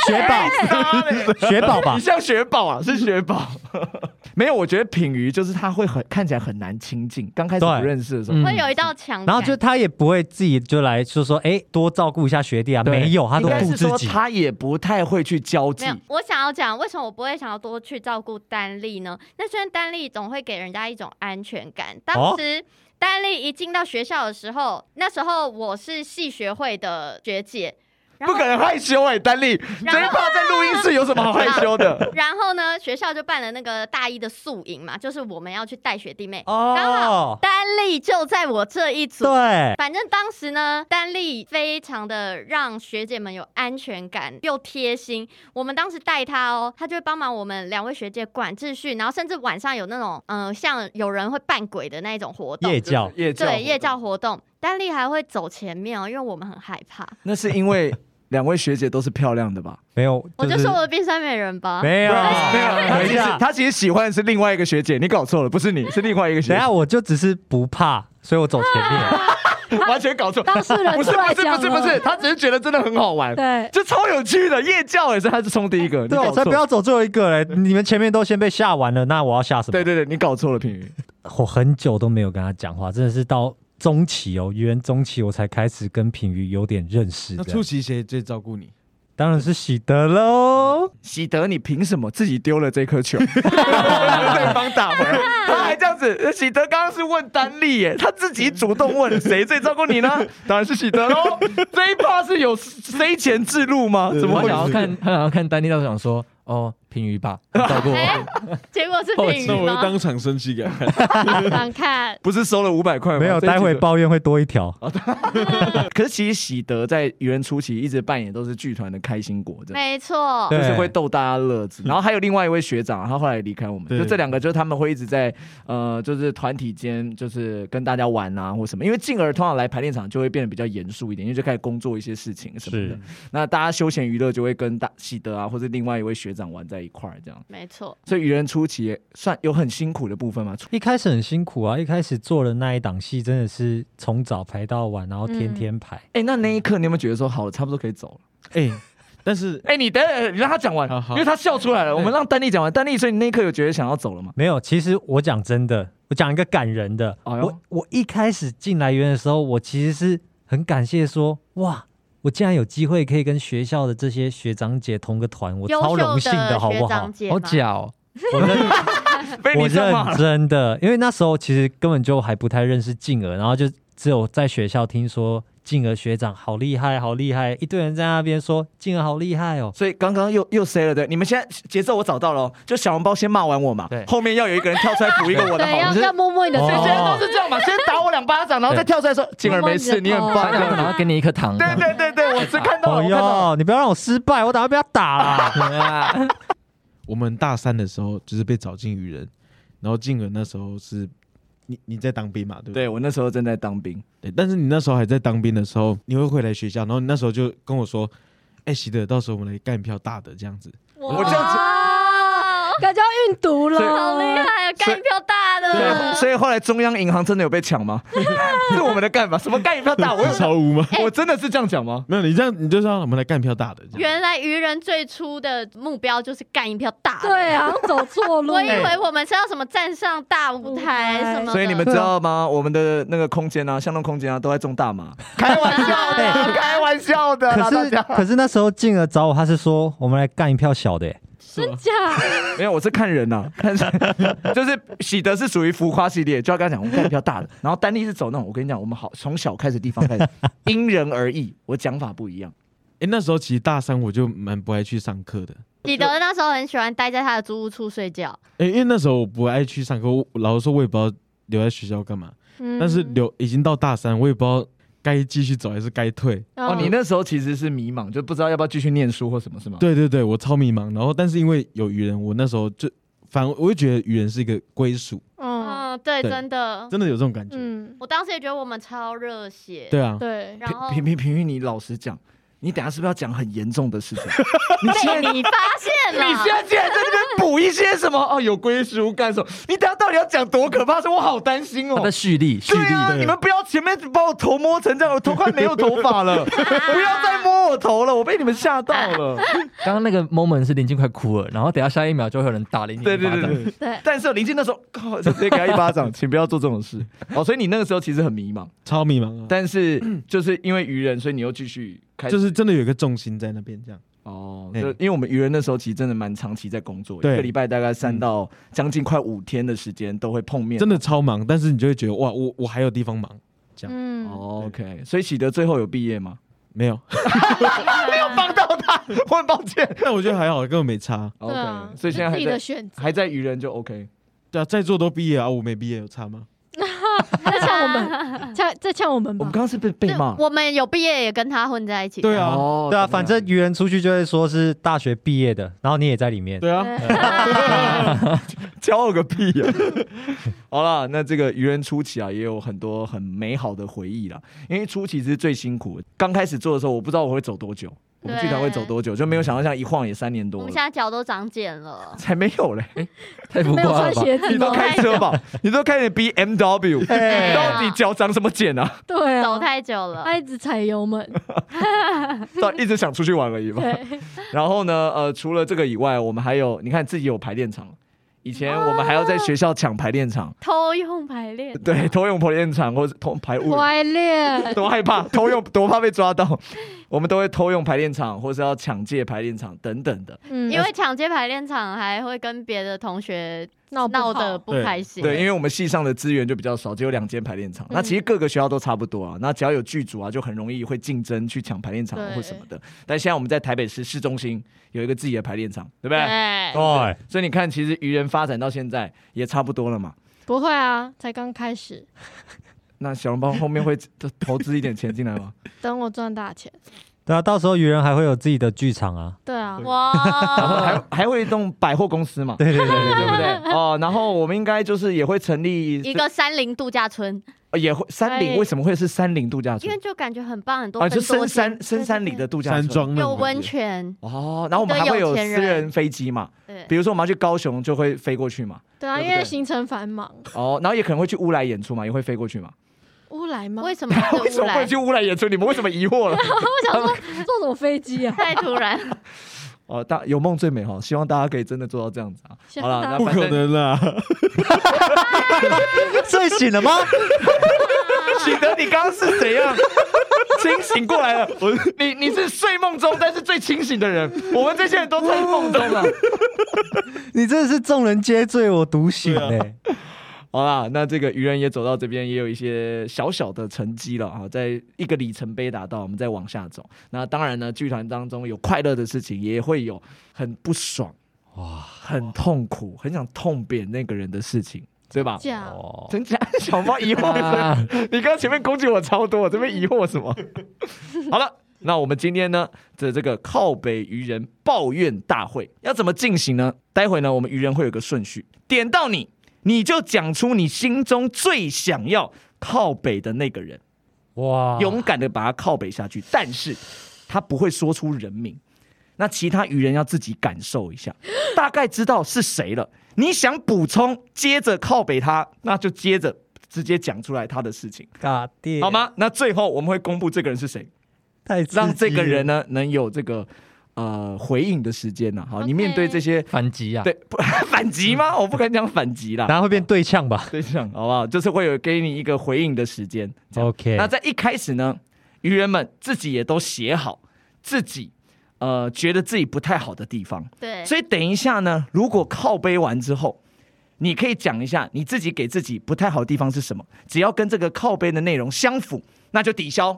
Speaker 6: 雪 [LAUGHS]
Speaker 1: [LAUGHS]
Speaker 6: 宝，雪宝，雪宝吧
Speaker 1: 你？像雪宝 [LAUGHS] 啊，是雪宝。没有，我觉得品瑜就是他会很看起来很难亲近，刚开始
Speaker 6: 对
Speaker 1: 不认识的时候。
Speaker 9: 嗯
Speaker 4: 会有一道墙，
Speaker 6: 然后就他也不会自己就来说说，哎、多照顾一下学弟啊，
Speaker 9: 对
Speaker 6: 没有，他
Speaker 1: 应
Speaker 6: 都
Speaker 1: 该
Speaker 6: 顾
Speaker 1: 是
Speaker 6: 自
Speaker 1: 说
Speaker 6: 己。
Speaker 1: 他也不太会去交际
Speaker 4: 没有，我想要讲为什么我不会想要多去照顾丹丽呢？那虽然丹丽总会给人家一种安全感，
Speaker 6: 哦
Speaker 4: 当时。丹丽一进到学校的时候，那时候我是系学会的学姐，然
Speaker 1: 不
Speaker 4: 后
Speaker 1: 可能害羞哎、丹丽，最
Speaker 4: 然后
Speaker 1: 怕在录音室有什么好害羞 [LAUGHS] 的？
Speaker 4: 然后呢，学校就办了那个大一的宿营嘛，就是我们要去带学弟妹。刚好
Speaker 6: 哦，
Speaker 4: 丹丽就在我这一组，
Speaker 6: 对，
Speaker 4: 反正当时呢，丹丽非常的让学姐们有安全感，又贴心。我们当时带她哦，她就会帮忙我们两位学姐管秩序，然后甚至晚上有那种嗯、呃像有人会扮鬼的那一种
Speaker 1: [LAUGHS]
Speaker 4: 活动，
Speaker 6: 夜教
Speaker 1: 夜
Speaker 4: 对夜教活动，丹丽还会走前面哦，因为我们很害怕。
Speaker 1: 那是因为两位学姐都是漂亮的吧？
Speaker 6: 没有，
Speaker 4: 我就是说我的冰山美人吧，
Speaker 6: 没有，
Speaker 1: 啊
Speaker 6: 啊
Speaker 1: 没有，他其
Speaker 6: 等一
Speaker 1: 实
Speaker 6: 下，
Speaker 1: 他其实喜欢的是另外一个学姐，你搞错了，不是你，是另外一个学
Speaker 6: 等一下
Speaker 1: 姐，
Speaker 6: 我就只是不怕，所以我走前面。
Speaker 1: [LAUGHS] 完全搞错。
Speaker 7: 当事人
Speaker 1: 不是
Speaker 7: 出来
Speaker 1: 不是
Speaker 7: 讲
Speaker 1: 不是不是，
Speaker 7: 了，
Speaker 1: 他只是觉得真的很好玩，
Speaker 7: 对，
Speaker 1: 这超有趣的。夜教也是，他是冲第一个，你
Speaker 6: 对，我
Speaker 1: 搞
Speaker 6: 才
Speaker 1: 错
Speaker 6: 不。要走最后一个嘞！你们前面都先被吓完了，那我要吓什么？
Speaker 1: 对对对，你搞错了，平宇。
Speaker 6: 我很久都没有跟他讲话，真的是到中期哦，愚人中期我才开始跟品瑜有点认识
Speaker 5: 那
Speaker 6: 这
Speaker 5: 出
Speaker 6: 样。
Speaker 5: 席谁最照顾你？
Speaker 6: 当然是喜德喽，
Speaker 1: 喜德，你凭什么自己丢了这颗 [LAUGHS] 球？对方打回来，他还这样子。喜德刚刚是问丹丽耶，他自己主动问谁最照顾你呢？当然是喜德喽。 [LAUGHS] 这一趴是有塞钱制度吗？怎么
Speaker 9: 我
Speaker 1: 会
Speaker 9: 想要
Speaker 1: 有？
Speaker 9: 看，他想要看丹妮，到时候想说，哦，
Speaker 6: 平语吧，照顾我。
Speaker 4: 哎结果是
Speaker 1: 哦
Speaker 6: 后
Speaker 4: 品
Speaker 5: 那
Speaker 4: 鱼
Speaker 5: 我就
Speaker 4: 吗？
Speaker 5: 当场生气给他
Speaker 1: [LAUGHS]
Speaker 5: 看。
Speaker 7: 想看。
Speaker 1: 不是收了五百块吗？
Speaker 2: 没有，
Speaker 1: 这一集
Speaker 2: 待会
Speaker 1: 的。
Speaker 2: 抱怨会多一条。
Speaker 9: 哦
Speaker 1: 可是其实喜德在愚人初期一直扮演都是剧团的开心果，真的
Speaker 4: 没错
Speaker 2: 对，嗯
Speaker 1: 就是会逗大家乐子。然后还有另外一位学长，他后来也离开我们，
Speaker 5: 对
Speaker 1: 就这两个，就是他们会一直在呃，就是团体间就是跟大家玩啊或什么。因为进而通常来排练场就会变得比较严肃一点，因为就开始工作一些事情什么的
Speaker 2: 是。
Speaker 1: 那大家休闲娱乐就会跟大喜德啊或者另外一位学长玩在一块儿这样。
Speaker 4: 没错，
Speaker 1: 所以愚人初期也算有很辛苦的部分嘛，
Speaker 2: 一开始很辛苦啊，一开始做的那一档戏真的是从早排到晚，然后天天排。
Speaker 1: 哎、那那一刻你有没有觉得说好了，差不多可以走了？
Speaker 5: 哎，但是
Speaker 1: 哎、你等等，你让他讲完，
Speaker 5: 好好
Speaker 1: 因为他笑出来了。我们让丹妮讲完，丹妮，所以你那一刻有觉得想要走了吗？
Speaker 2: 没有，其实我讲真的，我讲一个感人的。
Speaker 1: 哎呦
Speaker 2: 我我一开始进来园的时候，我其实是很感谢说，哇，我竟然有机会可以跟学校的这些学长姐同个团，我
Speaker 4: 优
Speaker 2: 超荣
Speaker 4: 秀
Speaker 2: 幸的好
Speaker 4: 学
Speaker 2: 不
Speaker 4: 长
Speaker 2: 好？
Speaker 4: 姐
Speaker 6: 好
Speaker 4: 嘛，
Speaker 6: 假
Speaker 2: [LAUGHS]
Speaker 6: 哦，
Speaker 2: 我认
Speaker 1: 被
Speaker 2: 我
Speaker 1: 你上
Speaker 2: 认
Speaker 1: 骂了。
Speaker 2: 真的，因为那时候其实根本就还不太认识静儿，然后就只有在学校听说静儿学长好厉害，好厉害，一堆人在那边说静儿好厉害哦。
Speaker 1: 所以刚刚又又 say 了对，你们现在节奏我找到了哦，就小笼包先骂完我嘛，
Speaker 6: 对
Speaker 1: 后面要有一个人跳出来补一个我的好哦
Speaker 3: 对，要
Speaker 1: 名声。
Speaker 3: 要摸摸你的
Speaker 1: 所以
Speaker 3: 身
Speaker 1: 现
Speaker 3: 体。
Speaker 1: 在都是这样嘛，先打我两巴掌，然后再跳出 [LAUGHS] 来说景儿没事，你很棒。哦这
Speaker 6: 然后然
Speaker 1: 样
Speaker 6: 后给你一颗糖。
Speaker 1: [LAUGHS] 对对对对，我是看到了，我看
Speaker 2: 朋
Speaker 1: 到了。
Speaker 2: 友，哦你不要让我失败，我等下被他打啦。
Speaker 1: [LAUGHS]
Speaker 5: 我们大三的时候就是被找进愚人，然后进而那时候是你你在当兵嘛，对不对？
Speaker 1: 对我那时候正在当兵，
Speaker 5: 对，但是你那时候还在当兵的时候，你会回来学校，然后你那时候就跟我说：“哎、喜德，到时候我们来干票大的这样子。
Speaker 1: 我这样子
Speaker 4: 哇，
Speaker 3: [LAUGHS] 感觉要运毒
Speaker 1: 所以
Speaker 4: 好厉
Speaker 3: 了。
Speaker 4: 害，干一票大
Speaker 1: 对，
Speaker 4: 的。
Speaker 1: 所以后来中央银行真的有被抢 [LAUGHS] 吗？是我们的干法，什么干一票 [LAUGHS] 大？我有哎
Speaker 5: 是超污吗？
Speaker 3: 哎
Speaker 1: 我真的是这样讲吗？
Speaker 5: 没有，你这样你就说我们来干票大的这样。
Speaker 4: 原来愚人最初的目标就是干一票大的。
Speaker 3: 对啊，走错路。
Speaker 4: 我以
Speaker 1: 哎
Speaker 4: 为我们是要什么站上大舞台
Speaker 3: 舞台
Speaker 4: 什么的，
Speaker 1: 所以你们知道吗？我们的那个空间啊，巷弄空间啊，都在种大麻。开玩 [LAUGHS] 笑的，开玩笑的啦，
Speaker 2: 可
Speaker 1: 大
Speaker 2: 是
Speaker 1: 家。
Speaker 2: 可是那时候静儿找我，他是说我们来干一票小的耶，
Speaker 3: 真 [LAUGHS] 假？
Speaker 1: 没有，我是看人呐、看人就是喜德是属于浮夸系列，就要跟他讲，我们看比较大的。然后丹妮是走那种，我跟你讲，我们好从小开始地方开始，因人而异，我讲法不一样。
Speaker 5: 哎、那时候其实大三我就蛮不爱去上课的，
Speaker 4: 彼得那时候很喜欢待在他的租屋处睡觉，
Speaker 5: 哎、因为那时候我不爱去上课，我老实说我也不知道留在学校干嘛。
Speaker 7: 嗯
Speaker 5: 但是留已经到大三，我也不知道该继续走还是该退。
Speaker 1: 哦，你
Speaker 7: 那
Speaker 1: 那时候其实是迷茫，就不知道要不要继续念书或什么，是吗？，
Speaker 5: 对对对，我超迷茫。然后但是因为有愚人，我那时候就反而我就觉得愚人是一个归属，
Speaker 7: 嗯
Speaker 4: 嗯，对，
Speaker 5: 对
Speaker 4: 真的，
Speaker 5: 真的有这种感觉。
Speaker 7: 嗯，
Speaker 4: 我当时也觉得我们超热血，
Speaker 5: 对
Speaker 1: 哦
Speaker 5: 啊，
Speaker 7: 对，
Speaker 4: 然后
Speaker 1: 平平平平，你老实讲，你等下是不是要讲很严重的事情？你现在
Speaker 4: 被你发现
Speaker 1: 你现
Speaker 4: 了，
Speaker 1: 在竟然在那边补一些什么？哦，有归属感什么？你等下到底要讲多可怕？是我好担心
Speaker 6: 他
Speaker 1: 哦
Speaker 6: 的。蓄力，蓄
Speaker 1: 对
Speaker 6: 力。
Speaker 1: 啊，
Speaker 5: 对
Speaker 1: 你们不要前面把我头摸成这样，我头快没有头发 [LAUGHS] 了，不要再摸我头了，我被你们吓到了。
Speaker 6: 刚刚那个 moment 是林静快哭了，然后等一下下一秒就会有人打林
Speaker 1: [LAUGHS]
Speaker 6: 静
Speaker 1: 对
Speaker 6: 一
Speaker 1: 对
Speaker 6: 巴掌。
Speaker 1: 对对
Speaker 7: 对
Speaker 1: 但是林静那时候，靠，就直接给他一巴掌，请不要做这种事。 [LAUGHS] 哦，所以你那个时候其实很迷茫，
Speaker 5: 超迷茫啊，
Speaker 1: 但是就是因为愚人，所以你又继续开始，
Speaker 5: 就是真的有一个重心在那边这样。
Speaker 1: 哦，就因为我们愚人那时候其实真的蛮长期在工作，一
Speaker 5: 对
Speaker 1: 个礼拜大概三到将近快五天的时间都会碰面，
Speaker 5: 真的超忙，但是你就会觉得哇，我我还有地方忙，
Speaker 7: 嗯，
Speaker 1: 哦。OK，所以喜德最后有毕业吗？[LAUGHS]
Speaker 5: 没有，
Speaker 1: 没有帮到他，我很抱歉。
Speaker 5: 但我觉得还好，根本没差。
Speaker 7: 对
Speaker 1: 哦
Speaker 7: 啊
Speaker 1: OK，，所以现在还
Speaker 7: 是自己的
Speaker 1: 在
Speaker 7: 选择，
Speaker 1: 还在愚人就 OK。
Speaker 5: 对啊，在座都毕业啊，我没毕业有差吗？
Speaker 7: 在呛我
Speaker 4: [LAUGHS]
Speaker 7: 们，呛在呛我们
Speaker 1: 我
Speaker 7: 吧
Speaker 1: 们。刚刚是被被骂，
Speaker 4: 我们有毕业也跟他混在一起，
Speaker 5: 对啊，
Speaker 1: 哦，
Speaker 2: 对啊，
Speaker 1: 怎么
Speaker 2: 反
Speaker 1: 样
Speaker 2: 正愚人出去就会说是大学毕业的，然后你也在里面。
Speaker 5: 对啊，
Speaker 1: 骄傲个屁呀、 [LAUGHS] 好啦，那这个愚人初期啊，也有很多很美好的回忆啦。因为初期是最辛苦，刚开始做的时候，我不知道我会走多久，我们
Speaker 4: 对
Speaker 1: 剧团会走多久，就没有想到像一晃也三年
Speaker 4: 我
Speaker 1: 多
Speaker 4: 们
Speaker 1: 了
Speaker 4: 现，在脚都长茧了，
Speaker 1: 才没有 [LAUGHS] 嘞。
Speaker 6: [LAUGHS] 太 [LAUGHS] 浮
Speaker 7: 没
Speaker 6: 夸
Speaker 7: 有
Speaker 6: 了
Speaker 7: 穿
Speaker 6: 吧？
Speaker 7: 鞋子
Speaker 1: 你都
Speaker 7: 吗？
Speaker 1: 开车吧， [LAUGHS] 啊你都开点 [LAUGHS] BMW，
Speaker 4: 哎
Speaker 1: 到底脚长什么茧 [LAUGHS] 啊？
Speaker 7: 对
Speaker 4: 走
Speaker 7: 啊，
Speaker 4: 太久了，
Speaker 7: 他一直踩油门，
Speaker 1: 到一直想出去玩而已吧。
Speaker 7: 对，
Speaker 1: 然后呢，呃，除了这个以外，我们还有，你看自己有排练场，以前我们还要在学校抢排练场，
Speaker 4: 偷用排练，
Speaker 1: [LAUGHS] 对，偷用排练场或者偷排 [LAUGHS] 污
Speaker 7: 怀
Speaker 1: [LAUGHS]
Speaker 7: 恋，
Speaker 1: 多害怕偷用，多怕被抓到，我们都会偷用排练场，或是要抢借排练场等等的。
Speaker 7: 嗯
Speaker 4: 因为抢街排练场还会跟别的同学
Speaker 7: 闹不
Speaker 4: 闹
Speaker 7: 好
Speaker 4: 得不
Speaker 5: 对
Speaker 4: 开心。
Speaker 1: 对，因嗯为我们系上的资源就比较少，只有两间排练场。那其实各个学校都差不多啊。那只要有剧组啊，就很容易会竞争去抢排练场
Speaker 7: 对
Speaker 1: 或什么的。但现在我们在台北市市中心有一个自己的排练场，对不对？
Speaker 4: 对，
Speaker 2: 对，
Speaker 1: 所以你看，其实愚人发展到现在也差不多了嘛。
Speaker 7: 不会啊，才刚开始，
Speaker 1: 那小笼包后面会 [LAUGHS] 投投资一点钱进来吗？
Speaker 7: 等我赚大钱。
Speaker 2: 对啊，到时候愚人还会有自己的剧场啊。
Speaker 6: [LAUGHS]
Speaker 7: 对啊，
Speaker 4: 哇，
Speaker 1: 还还会弄百货公司嘛？
Speaker 2: 对对对
Speaker 1: 对不对？哦，然后我们应该就是也会成立
Speaker 4: [LAUGHS] 一个山林度假村，
Speaker 1: 呃也会山
Speaker 7: 哎
Speaker 1: 林，为什么会是山林度假
Speaker 4: 因
Speaker 1: 村
Speaker 4: 为？就感觉很棒，很多
Speaker 1: 啊，就
Speaker 4: 分多
Speaker 1: 深
Speaker 4: 间
Speaker 1: 山深山里的度假
Speaker 5: 山
Speaker 1: 村。
Speaker 5: 庄那
Speaker 4: 有
Speaker 5: 种
Speaker 4: 温
Speaker 5: 感觉，
Speaker 4: 泉，
Speaker 1: 哦，然后我们还会有私人飞机嘛？
Speaker 4: 对
Speaker 1: 比，如说我们要去高雄，就会飞过去嘛。
Speaker 7: 对啊，
Speaker 1: 对不
Speaker 7: 因
Speaker 1: 对
Speaker 7: 为行程繁忙，
Speaker 1: 哦，然后也可能会去乌来演出嘛，也会飞过去嘛。
Speaker 7: 乌来吗？
Speaker 4: 为什么是
Speaker 1: 为什
Speaker 4: 乌
Speaker 1: 么会
Speaker 4: 来？
Speaker 1: 去乌来演出？你们为什么疑
Speaker 4: [LAUGHS]
Speaker 1: 惑了？
Speaker 7: 我想说坐什么飞机啊？
Speaker 4: 太突然，
Speaker 1: [LAUGHS] 哦，大有梦最美哈，希望大家可以真的做到这样子啊。
Speaker 7: 希
Speaker 1: 好
Speaker 7: 望
Speaker 1: 了，
Speaker 7: 大
Speaker 1: 那
Speaker 7: 家
Speaker 5: 不
Speaker 1: 反
Speaker 5: 可
Speaker 1: 正
Speaker 5: 能啦！
Speaker 2: 对，睡醒了吗？
Speaker 1: [LAUGHS] 许德，你刚刚是怎 [LAUGHS] 样？清醒过来了，我你你是睡梦中，但是最清醒的人。我们这些人都在梦中啊了。
Speaker 2: 你真的是众人皆醉我独醒哎、
Speaker 1: [LAUGHS]
Speaker 6: [LAUGHS]
Speaker 1: 好啦，那这个愚人也走到这边，也有一些小小的成绩了啊，在一个里程碑达到，我们再往下走。那当然呢，剧团当中有快乐的事情，也会有很不爽，哇，很痛苦，很想痛扁那个人的事情，对吧？
Speaker 7: 这样
Speaker 2: 哦，
Speaker 1: 真假？ [LAUGHS] 小猫疑惑
Speaker 6: 啊
Speaker 1: 什么？你刚刚前面攻击我超多，我这边疑惑什么？ [LAUGHS] 好了，那我们今天呢的这个靠北愚人抱怨大会要怎么进行呢？待会呢，我们愚人会有个顺序，点到你，你就讲出你心中最想要靠北的那个人，
Speaker 2: 哇，
Speaker 6: 啊
Speaker 1: 勇敢的把他靠北下去，但是他不会说出人名。那其他愚人要自己感受一下，大概知道是谁了。你想补充，接着靠北他，那就接着直接讲出来他的事情，
Speaker 2: 嘎
Speaker 6: 嗯
Speaker 2: 爹，
Speaker 1: 好？吗？那最后我们会公布这个人是谁，
Speaker 2: 太刺激了
Speaker 1: 让这个人呢能有这个呃回应的时间呢、啊好，你
Speaker 7: OK
Speaker 1: 面对这些
Speaker 6: 反击啊！
Speaker 1: 对 [LAUGHS] 不反击吗？我不敢讲反击啦，
Speaker 2: 然后会变对呛吧
Speaker 1: 对象好不好？就是会有给你一个回应的时间。这样
Speaker 2: ？OK，
Speaker 1: 那在一开始呢，愚人们自己也都写好自己呃觉得自己不太好的地方，
Speaker 4: 对，
Speaker 1: 所以等一下呢，如果靠背完之后，你可以讲一下你自己给自己不太好的地方是什么，只要跟这个靠背的内容相符，那就抵消，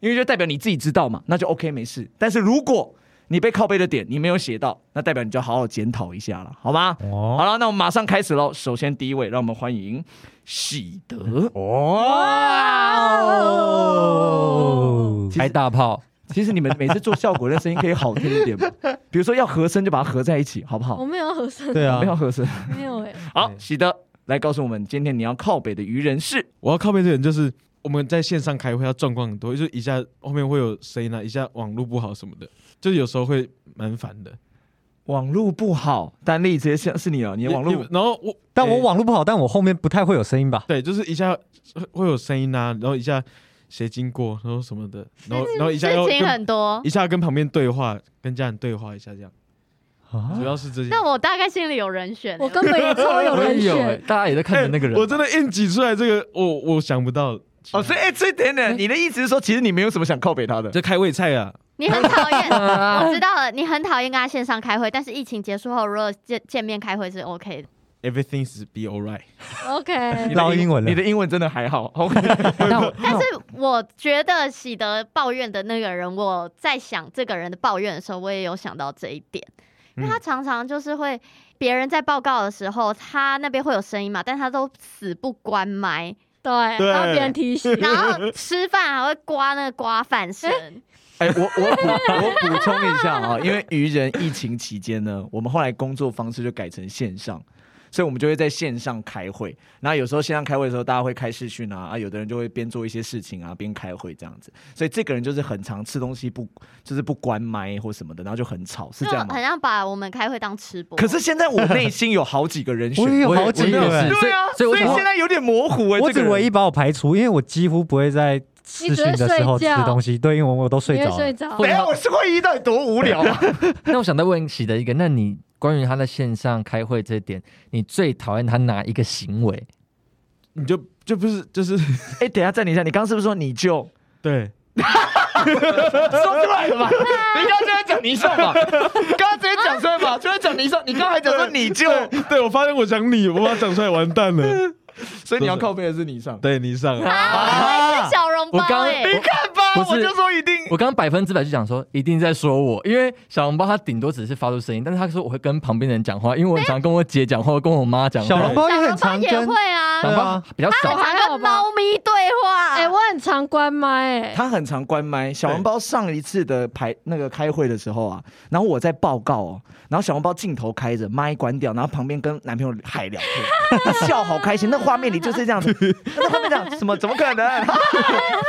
Speaker 1: 因为就代表你自己知道嘛，那就 OK 没事。但是如果你被靠背的点你没有写到，那代表你就好好检讨一下了，好吗？好
Speaker 2: 哦
Speaker 1: 了，那我们马上开始喽。首先第一位，让我们欢迎喜德。
Speaker 2: 哦，
Speaker 1: 其
Speaker 6: 开
Speaker 1: 实
Speaker 6: 大炮，
Speaker 1: 其实你们每次做效果，那声音可以好听一点嘛。比如说要和声，就把它合在一起，好不
Speaker 7: 我
Speaker 1: 好？
Speaker 7: 没有和声，
Speaker 2: 对啊
Speaker 1: 不，要和声。
Speaker 7: 没有哎，
Speaker 1: 嗯好，喜德来告诉我们，今天你要靠北的愚人是
Speaker 5: 我要靠背这人就是我们在线上开会要状况很多，就是一下后面会有声音啊，一下网络不好什么的，就是有时候会蛮烦的。
Speaker 1: 网络不好，丹丽直接像是你了，你的网络
Speaker 5: 然后我
Speaker 2: 但我网络不好，但我后面不太会有声音吧？
Speaker 5: 对，就是一下会会有声音啊，然后一下谁经过，然后什么的，然后然后一下
Speaker 4: 事
Speaker 5: 要
Speaker 4: 情
Speaker 5: 跟
Speaker 4: 很多
Speaker 5: 一。下跟旁边对话，跟家人对话一下这样，
Speaker 2: 啊
Speaker 6: 哎
Speaker 5: 主，要是这些。
Speaker 4: 那我大概心里有人选，
Speaker 7: 我根本也超有人
Speaker 6: 有哎
Speaker 7: 选，
Speaker 6: 大家也在看着那个人，啊
Speaker 5: 我真的硬挤出来这个，我我想不到
Speaker 1: 哦，所以哎，这等等，你的意思是说，其实你没有什么想靠北他的？
Speaker 5: 就开胃菜啊，
Speaker 4: 你很讨
Speaker 1: [LAUGHS]
Speaker 4: 厌，我知道了，你很讨厌跟他线上开会，但是疫情结束后，如果见见面开会是 OK 的。
Speaker 5: Everything's be alright。
Speaker 7: OK，
Speaker 1: 你的
Speaker 2: 唠英文了
Speaker 1: 你的英文真的还好。OK， [LAUGHS]
Speaker 6: 但我
Speaker 4: 但是我觉得喜德抱怨的那个人，我在想这个人的抱怨的时候，我也有想到这一点，因为他常常就是会别人在报告的时候，他那边会有声音嘛，但他都死不关麦，
Speaker 7: 对，
Speaker 5: 对
Speaker 7: 然后别人提醒，
Speaker 4: 然后吃饭还会刮那个刮饭声，
Speaker 1: 哎，我我补 [LAUGHS] 我补充一下啊，因为愚人疫情期间呢，我们后来工作方式就改成线上。所以我们就会在线上开会，那有时候线上开会的时候，大家会开视讯啊，啊，有的人就会边做一些事情啊，边开会这样子。所以这个人就是很常吃东西不，就是不关麦或什么的，然后就很吵，是
Speaker 4: 就
Speaker 1: 这样吗
Speaker 4: 很？像把我们开会当吃播。
Speaker 1: 可是现在我内心有好几个人选
Speaker 2: 我也有好几
Speaker 6: 我也
Speaker 2: 个
Speaker 6: 我也
Speaker 2: 人
Speaker 6: 是，
Speaker 1: 对啊，
Speaker 6: 所以所以我想说
Speaker 1: 现在有点模糊哎、这
Speaker 2: 我
Speaker 1: 个
Speaker 2: 只
Speaker 1: 人
Speaker 2: 唯一把我排除，因为我几乎不会在视讯的
Speaker 7: 你
Speaker 2: 时候
Speaker 7: 只
Speaker 2: 吃
Speaker 7: 会睡觉
Speaker 2: 东西，对，因为我我都睡
Speaker 7: 你
Speaker 2: 着
Speaker 7: 会睡
Speaker 2: 了。
Speaker 7: 着
Speaker 6: 不
Speaker 1: [LAUGHS] 等一下我是会议到底多无
Speaker 2: [LAUGHS]
Speaker 1: 聊啊！
Speaker 6: 那我想再问喜德一个，那你关于他在线上开会这点，你最讨厌他哪一个行为？
Speaker 5: 你就就不是就是 [LAUGHS]
Speaker 1: 哎、等一下暂停一下，你刚刚是不是说你就？
Speaker 5: 对，
Speaker 1: 说出来了嘛？你刚刚在讲泥鳅嘛？刚刚直接讲出来嘛？就在讲泥鳅，你刚 [LAUGHS] 刚还讲说你就，
Speaker 5: [LAUGHS] 对，我发现我讲你，我把它讲出来，完蛋了。
Speaker 1: [LAUGHS] 所以你要靠背的是你上。
Speaker 5: 对你上
Speaker 1: [LAUGHS]
Speaker 4: [LAUGHS]
Speaker 5: 啊，
Speaker 4: 啊，我是小笼包
Speaker 6: 我刚
Speaker 4: 哎、
Speaker 1: 你看 [LAUGHS] 吧，
Speaker 6: 不是
Speaker 1: 我就说一定。
Speaker 6: 我刚刚百分之百就想说，一定在说我，因为小笼包它顶多只是发出声音，但是他说我会跟旁边的人讲话，因为我很常跟我姐讲话，跟我妈讲话。
Speaker 2: 小笼包
Speaker 4: 小
Speaker 2: 也很
Speaker 4: 笼包
Speaker 2: 常
Speaker 4: 也
Speaker 2: 跟，
Speaker 4: 会啊，
Speaker 6: 小笼包比较
Speaker 4: 它
Speaker 6: 少
Speaker 7: 对，
Speaker 4: 很常跟猫咪对话。
Speaker 7: 哎、我很常关麦、哎，
Speaker 1: 他很常关麦。小笼包上一次的排那个开会的时候啊，然后我在报告哦，然后小笼包镜头开着，麦关掉，然后旁边跟男朋友海聊 [LAUGHS] 天，他笑好开心。那画面里就是这样子，那画面这样什么？怎么可能？ [LAUGHS]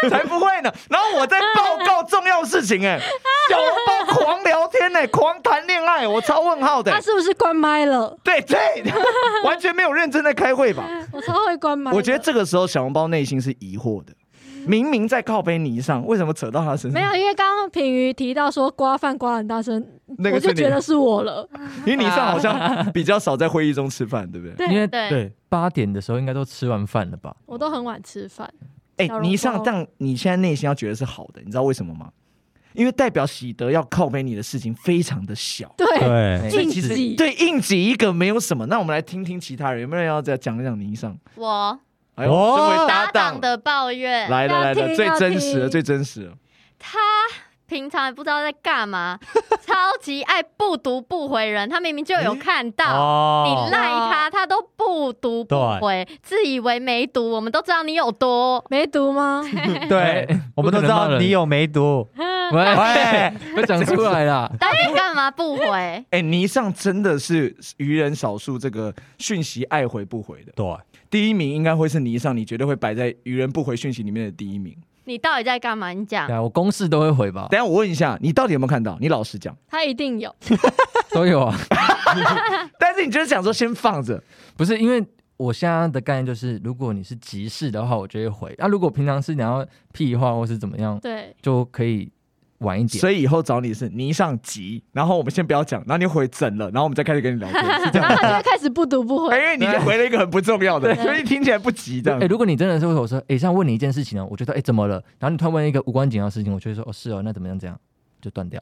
Speaker 1: 才不会呢。然后我在报告重要事情哎、小笼包狂聊天哎、狂谈恋爱，我超问号的、
Speaker 7: 他是不是关麦了？
Speaker 1: 对对，完全没有认真在开会吧？
Speaker 7: 我超会关麦的。
Speaker 1: 我觉得这个时候小笼包内心是疑惑的，明明在靠背泥上，为什么扯到他身上？
Speaker 7: [LAUGHS] 没有，因为刚刚品瑜提到说刮饭刮很大声，
Speaker 1: 那个
Speaker 7: 我
Speaker 1: 是
Speaker 7: 就
Speaker 1: 你
Speaker 7: 觉得是我了。
Speaker 1: 因为你上好像比较少在会议中吃饭，对不对？
Speaker 7: 对
Speaker 6: 因为
Speaker 4: 对，
Speaker 5: 对，
Speaker 6: 八点的时候应该都吃完饭了吧？
Speaker 7: 我都很晚吃饭，
Speaker 1: 哎、
Speaker 7: 小笼包
Speaker 1: 你上，但你现在内心要觉得是好的，你知道为什么吗？因为代表喜德要靠背你的事情非常的小，
Speaker 7: 对，
Speaker 2: 对，
Speaker 1: 所以
Speaker 7: 应
Speaker 1: 其实
Speaker 7: 急。
Speaker 1: 对应挤一个没有什么。那我们来听听其他人有没有人要再讲一讲你上？
Speaker 4: 我
Speaker 1: 哎呦，
Speaker 2: 哦
Speaker 1: 身为
Speaker 4: 搭
Speaker 1: 搭档
Speaker 4: 档，的抱怨，
Speaker 1: 来来来
Speaker 7: 要
Speaker 1: 来，
Speaker 7: 听
Speaker 1: 最
Speaker 7: 要
Speaker 1: 真实的
Speaker 7: 听
Speaker 1: 最真实的，？
Speaker 4: 他平常也不知道在干嘛，超级爱不读不回人。他明明就有看到。你
Speaker 2: 哦，
Speaker 4: 赖他，他都不读不回，自以为没读。我们都知道你有多，
Speaker 7: 没毒吗？
Speaker 2: 对，
Speaker 6: 哎
Speaker 2: 我们都知道你有梅毒，喂，
Speaker 6: [LAUGHS] 我讲出来啦，
Speaker 4: 到底干嘛不回 [LAUGHS]
Speaker 1: 哎、你上真的是愚人少数，这个讯息爱回不回的
Speaker 2: 对，
Speaker 1: 第一名应该会是你上，你绝对会摆在愚人不回讯息里面的第一名。
Speaker 4: 你到底在干嘛？你讲
Speaker 6: 对，啊，我公式都会
Speaker 1: [LAUGHS]
Speaker 6: 回吧，
Speaker 1: 等一下我问一下，你到底有没有看到？你老实讲。
Speaker 7: [LAUGHS] 他一定有。
Speaker 6: 都有啊。
Speaker 1: 但是你就是想说先放着，
Speaker 6: 不是因为我现在的概念就是，如果你是急事的话，我就会回；那、如果平常是你要屁话或是怎么样，
Speaker 7: 对，
Speaker 6: 就可以晚一点。
Speaker 1: 所以以后找你是你上急，然后我们先不要讲，然后你回整了，然后我们再开始跟你聊天，是这
Speaker 7: 然 [LAUGHS]
Speaker 1: 样吗。
Speaker 7: 后他就会开始不读不
Speaker 1: 哎因
Speaker 7: 回。
Speaker 1: 为你就回了一个很不重要的，
Speaker 7: 对
Speaker 1: 所以听起来不急这样
Speaker 6: 哎、。如果你真的是会我说，哎、像问你一件事情呢，我觉得哎、怎么了？然后你突然问一个无关紧要的事情，我就会说哦是哦，那怎么样怎样就断掉。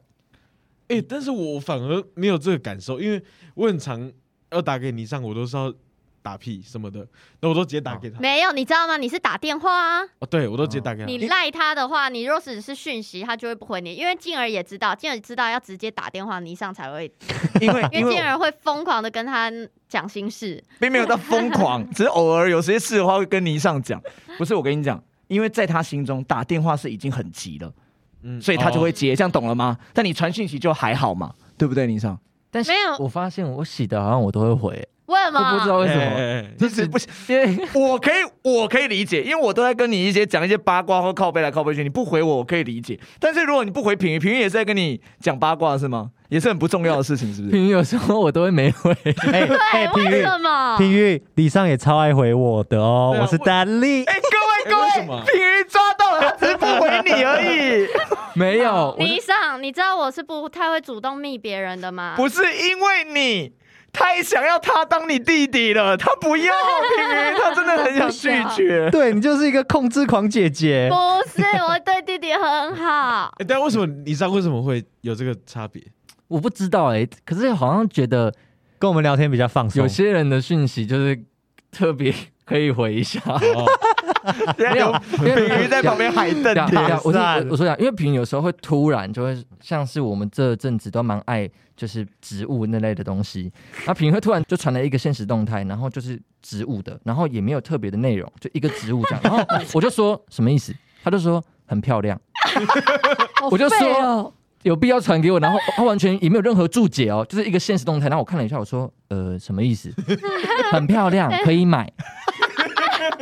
Speaker 5: 哎，但是我反而没有这个感受，因为我很常要打给你上，我都是要打屁什么的，那我都直接打给他。
Speaker 4: 没有，你知道吗？你是打电话啊。
Speaker 5: 哦，对，我都直接打给他。
Speaker 4: 你赖他的话，你若只是讯息，他就会不回你，因为静儿也知道，静儿知道要直接打电话你上才会，
Speaker 1: 因为
Speaker 4: 因
Speaker 1: 因
Speaker 4: 为
Speaker 1: 为
Speaker 4: 静儿会疯狂的跟他讲心事。
Speaker 1: 并没有到疯狂，只是偶尔有些事的话会跟你上讲。不是我跟你讲，因为在他心中打电话是已经很急了，
Speaker 5: 嗯
Speaker 1: 所以他就
Speaker 5: 哦
Speaker 1: 会接，这样懂了吗？但你传讯息就还好嘛，对不对，你上？
Speaker 6: 但是
Speaker 4: 没
Speaker 5: 哦
Speaker 4: 有
Speaker 6: 我发现我洗的好像我都会回，
Speaker 4: 为什
Speaker 6: 我
Speaker 4: 么？
Speaker 6: 不知道为什么，
Speaker 5: 哎哎哎
Speaker 1: 就是不行，
Speaker 6: 因为
Speaker 1: 我可以，我可以理解，因为我都在跟你一些讲一些八卦或靠背来靠背去，你不回我，我可以理解。但是如果你不回平云，平云也是在跟你讲八卦是吗？ [LAUGHS] 也是很不重要的事情，是不是？
Speaker 6: 平时有时候我都会没
Speaker 5: [LAUGHS]
Speaker 6: 回。
Speaker 2: 哎哎，平
Speaker 4: 为
Speaker 2: 玉，
Speaker 4: 什么？
Speaker 2: 平玉，李尚也超爱回我的哦，
Speaker 5: 对啊
Speaker 2: 我是丹丽，
Speaker 1: [LAUGHS] 哎、各位各
Speaker 5: 哎为什
Speaker 1: 位
Speaker 5: 么，
Speaker 1: 平云抓到了，他只是不回你而已，
Speaker 6: 没有，哦我
Speaker 4: 你上，你知道我是不太会主动密别人的吗？
Speaker 1: 不是因为你太想要他当你弟弟了，他不要平云，他真的很想拒绝。
Speaker 2: 对你就是一个控制狂姐姐，
Speaker 4: 不是，我对弟弟很
Speaker 5: [LAUGHS]。
Speaker 4: 好
Speaker 5: 哎，但为什么你上为什么会有这个差别？
Speaker 6: 我不知道哎、可是好像觉得
Speaker 2: 跟我们聊天比较放松
Speaker 6: 有。些人的讯息就是特别可以回一下。
Speaker 4: [LAUGHS]
Speaker 5: 哦，
Speaker 1: 没
Speaker 6: 没有，因为
Speaker 1: 平云在旁边海瞪
Speaker 6: 对啊。对
Speaker 1: 你。
Speaker 6: 啊我是
Speaker 2: 散
Speaker 6: 我我说呀，因为平云有时候会突然就会，像是我们这阵子都蛮爱就是植物那类的东西，那平云会突然就传了一个现实动态，然后就是植物的，然后也没有特别的内容，就一个植物这样，
Speaker 1: [LAUGHS]
Speaker 6: 然后我就说什么意思？他就说很漂亮，
Speaker 7: 好
Speaker 6: 我就
Speaker 7: 废
Speaker 6: 说
Speaker 7: 哦
Speaker 6: 有必要传给我，然后他完全也没有任何注解哦，就是一个现实动态，然后我看了一下，我说呃什么意思？很漂亮，可以
Speaker 2: [LAUGHS]
Speaker 6: 买。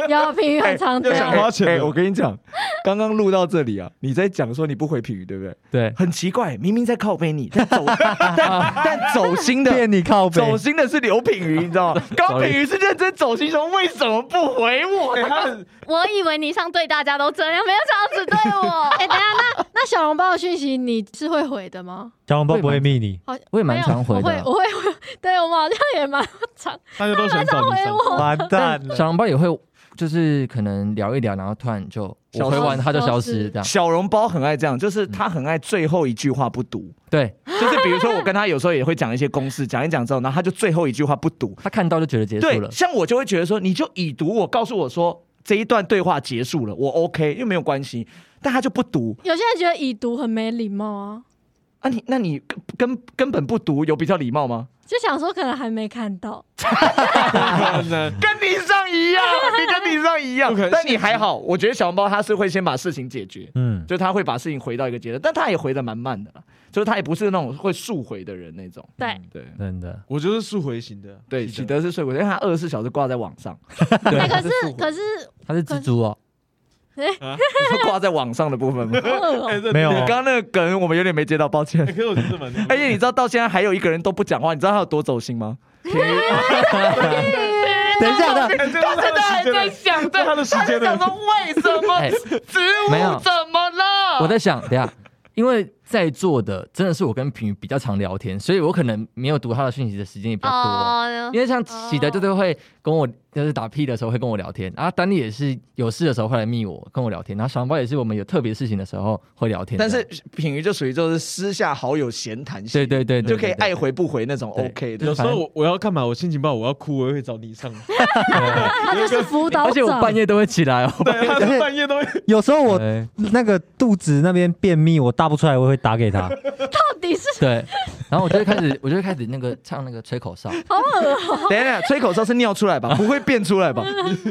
Speaker 7: 有品瑜很常这
Speaker 5: 又想
Speaker 7: 样。
Speaker 5: 花钱了
Speaker 1: 哎我跟你讲，刚刚录到这里啊，你在讲说你不回平云，对不对？
Speaker 6: 对，
Speaker 1: 很奇怪，明明在靠背你，但走但但走心的
Speaker 2: 骗你靠背，
Speaker 1: 走心的是刘品瑜，你知道吗？高品瑜是认真走心说为什么不回我？
Speaker 4: 我以为你上对大家都这样，没有这样子对我。
Speaker 7: 哎、等一下，那那小笼包的讯息你是会回的吗？
Speaker 2: 小笼包不会密你，
Speaker 7: 好，
Speaker 6: 我也蛮常回的哦
Speaker 7: 没有我会， [LAUGHS] 我会，对我们好像也蛮常
Speaker 5: 大家都想找你
Speaker 7: 回
Speaker 5: 上。
Speaker 7: 我。
Speaker 2: 完蛋
Speaker 6: 小
Speaker 2: 了，
Speaker 6: 笼包也会就是可能聊一聊，然后突然就
Speaker 1: 消
Speaker 6: 我
Speaker 1: 失
Speaker 6: 回完他就消
Speaker 7: 消失
Speaker 6: 失这
Speaker 1: [LAUGHS]
Speaker 6: 样。
Speaker 1: 小笼包很爱这样，就是他很爱最后一句话不读，
Speaker 6: 对
Speaker 1: 就是比如说我跟他有时候也会讲一些公式，讲一讲之后，然后他就最后一句话不读。
Speaker 6: 他看到就觉得结束
Speaker 1: 对
Speaker 6: 了，，
Speaker 1: 像我就会觉得说，你就已读我，告诉我说这一段对话结束了，我 OK，因为没有关系，但他就不读
Speaker 7: 有些人觉得已读很没礼貌啊，
Speaker 1: 啊你，那你根根根本不读有比较礼貌吗？
Speaker 7: 就想说可能还没看到，
Speaker 5: 那
Speaker 1: 跟你上一样，你跟你上一样
Speaker 5: 不可能，
Speaker 1: 但你还好，我觉得小笼包他是会先把事情解决，
Speaker 2: 嗯，
Speaker 1: 就他会把事情回到一个阶段，但他也回的蛮慢的啦，就是他也不是那种会速回的人那种，
Speaker 7: 对，
Speaker 1: 对。
Speaker 2: 真的，
Speaker 5: 我就是速回型的，
Speaker 1: 对，喜德是睡过，因为他二十四小时挂在网上，
Speaker 7: 哎
Speaker 5: 对，
Speaker 7: 可
Speaker 5: 他
Speaker 7: 是
Speaker 5: 速回
Speaker 7: 可是
Speaker 6: 他是蜘蛛哦，
Speaker 1: 你说挂在网上的部分吗？
Speaker 7: 好恶哦
Speaker 5: 哎这
Speaker 2: 没有
Speaker 1: 刚刚那个梗我们有点没接到，抱
Speaker 5: 哎 [LAUGHS]
Speaker 1: 歉。哎
Speaker 5: 可是我觉得蛮厉害的
Speaker 1: 而且你知道到现在还有一个人都不讲话，你知道他有多走心吗？
Speaker 6: 等一下的，
Speaker 5: 哎这是他的时间了
Speaker 1: 想
Speaker 5: 这是他的时间了
Speaker 1: 为什
Speaker 6: 哎，
Speaker 1: 植
Speaker 6: 没有
Speaker 1: 怎么了
Speaker 6: 我在想，等一下，因为在座的真的是我跟平宇比较常聊天，所以我可能没有读他的讯息的时间也比较多。
Speaker 4: 哦 [LAUGHS]
Speaker 6: 因为像喜德就是会跟我，就是打屁的时候会跟我聊天，然后丹尼也是有事的时候会来密我跟我聊天，然后小笼包也是我们有特别事情的时候会聊天。
Speaker 1: 但是品瑜就属于就是私下好友闲谈
Speaker 6: 对
Speaker 1: 型，
Speaker 6: 对对对，
Speaker 1: 就可以
Speaker 6: 对
Speaker 1: 爱回不回那种 OK
Speaker 5: 有
Speaker 1: 的。
Speaker 5: 时候我我要干嘛？我心情不好，我要哭，我也会找
Speaker 1: [LAUGHS]
Speaker 5: 你上。
Speaker 7: 他就是辅导
Speaker 6: 而且我
Speaker 7: 长
Speaker 6: 半，夜都会起来哦。
Speaker 5: 对，他是半夜都会。
Speaker 2: 有时候我
Speaker 6: 对
Speaker 2: 那个肚子那边便秘，我大不出来，我会打给他。
Speaker 7: 到底是
Speaker 6: 对，然后我就会开始，我就会开始那个唱那个吹口哨，
Speaker 1: 哦等一下，吹口哨是尿出来吧？不会变出来吧？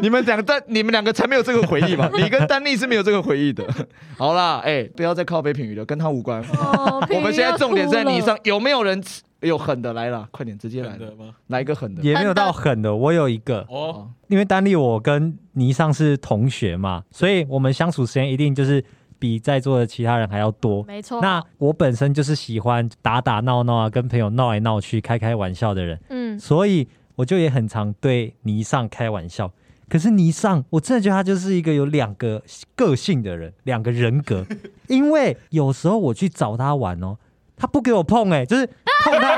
Speaker 1: 你们两个但你们两个才没有这个回忆吧？你跟丹妮是没有这个回忆的。 [LAUGHS] 好啦，哎，不要再靠背品瑜了，跟他无关。
Speaker 7: 哦，
Speaker 1: 我们现在重点在你
Speaker 7: 你
Speaker 1: 上，有没有人吃有狠的来了？快点，直接来
Speaker 5: 真，的吗？
Speaker 1: 来一个狠的。
Speaker 2: [LAUGHS] 也没有到狠的，我有一个，
Speaker 5: 哦，
Speaker 1: 哦，
Speaker 2: 因为丹丽我跟倪尚是同学嘛，所以我们相处时间一定就是比在座的其他人还要多。
Speaker 7: 没错，
Speaker 2: 那我本身就是喜欢打打闹闹啊，跟朋友闹来闹去、开开玩笑的人，
Speaker 7: 嗯，
Speaker 2: 所以我就也很常对倪尚开玩笑。可是倪尚，我真的觉得他就是一个有两个个性的人，两个人格。因为有时候我去找他玩哦，他不给我碰、哎，就是碰他，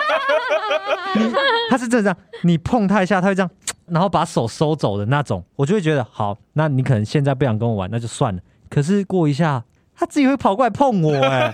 Speaker 2: 你他是真的这样，你碰他一下，他会这样，然后把手收走的那种，我就会觉得好，那你可能现在不想跟我玩，那就算了。可是过一下，他自己会跑过来碰我、哎，
Speaker 4: 啊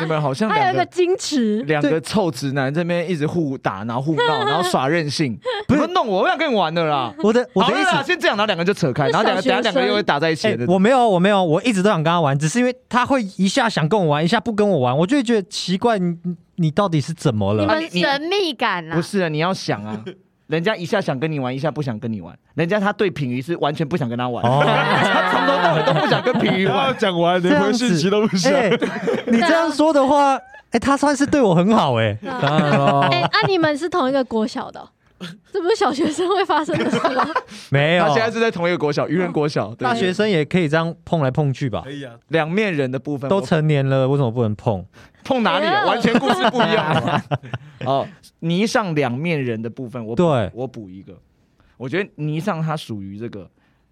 Speaker 1: 你们好像
Speaker 7: 还有
Speaker 1: 两
Speaker 7: 一个
Speaker 1: 个
Speaker 7: 矜持，
Speaker 1: 两个臭直男这边一直互打，然后互闹，然后耍任性，不是弄我，我不想跟你玩的啦。
Speaker 2: 我的我
Speaker 1: 好
Speaker 2: 的
Speaker 1: 了
Speaker 2: 意思
Speaker 1: 啦，先这样，然后两个就扯开，
Speaker 7: 是
Speaker 1: 然后两个
Speaker 7: 小
Speaker 1: 等下
Speaker 7: 学
Speaker 1: 两个
Speaker 7: 生
Speaker 1: 又会打在一起
Speaker 2: 哎，
Speaker 1: 的。
Speaker 2: 我没有，我没有，我一直都想跟他玩，只是因为他会一下想跟我玩，一下不跟我玩，我就会觉得奇怪，你你你到底是怎么
Speaker 4: 你
Speaker 2: 了？哎
Speaker 1: 啊
Speaker 4: 们
Speaker 1: 你
Speaker 4: 神秘感啦
Speaker 1: 不，是啊，你要想啊，人家一下想跟你玩，一下不想跟你玩，人家他对品瑜是完全不想跟他玩，
Speaker 2: 哦，
Speaker 1: 他从头到尾都不想跟品瑜
Speaker 5: 要
Speaker 1: 玩。
Speaker 5: 讲完
Speaker 2: 这
Speaker 5: 连
Speaker 2: 样
Speaker 5: 回讯
Speaker 2: 子
Speaker 5: 息都不想。
Speaker 2: 哎，
Speaker 1: 啊
Speaker 2: [LAUGHS] 你这样说的话，哎，他算是对我很好哎。
Speaker 6: 当然咯
Speaker 7: 哎，啊，你们是同一个国小
Speaker 1: [LAUGHS]
Speaker 7: 的哦，这不是小学生会发生的事吗？
Speaker 2: [LAUGHS] 没有
Speaker 1: 他，现在是在同一个国小，愚人国小，对
Speaker 2: 大学生也可以这样碰来碰去吧
Speaker 5: 可？以啊，
Speaker 1: 两面人的部分
Speaker 2: 都
Speaker 1: 我
Speaker 2: 成年了，为什么不能碰？
Speaker 1: 碰哪里啊？
Speaker 7: 哎呦
Speaker 1: 完全故事不一
Speaker 2: [LAUGHS]
Speaker 1: 样。哦，泥上两面人的部分，我补
Speaker 2: 对
Speaker 1: 我补一个，我觉得泥上它属于这个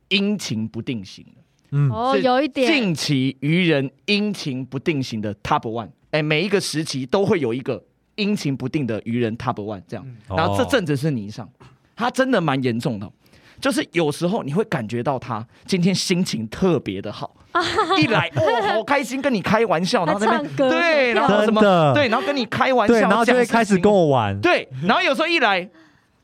Speaker 1: 阴晴不定型的，
Speaker 2: 嗯，
Speaker 7: 哦，
Speaker 1: 是
Speaker 7: 有一点，
Speaker 1: 近期愚人阴晴不定型的 Top One，哎，每一个时期都会有一个阴晴不定的愚人 Top One 这样，
Speaker 2: 哦
Speaker 1: 然后这阵子是泥上，它真的蛮严重的。就是有时候你会感觉到他今天心情特别的
Speaker 7: [LAUGHS]
Speaker 1: 好，一来哦好开心跟你开玩笑，然后在那边
Speaker 7: 还唱歌
Speaker 1: 对，然后什么
Speaker 2: 真的
Speaker 1: 对，然后跟你开玩笑，
Speaker 2: 对，然后就会
Speaker 1: 讲事情
Speaker 2: 开始跟我玩，
Speaker 1: 对，然后有时候一来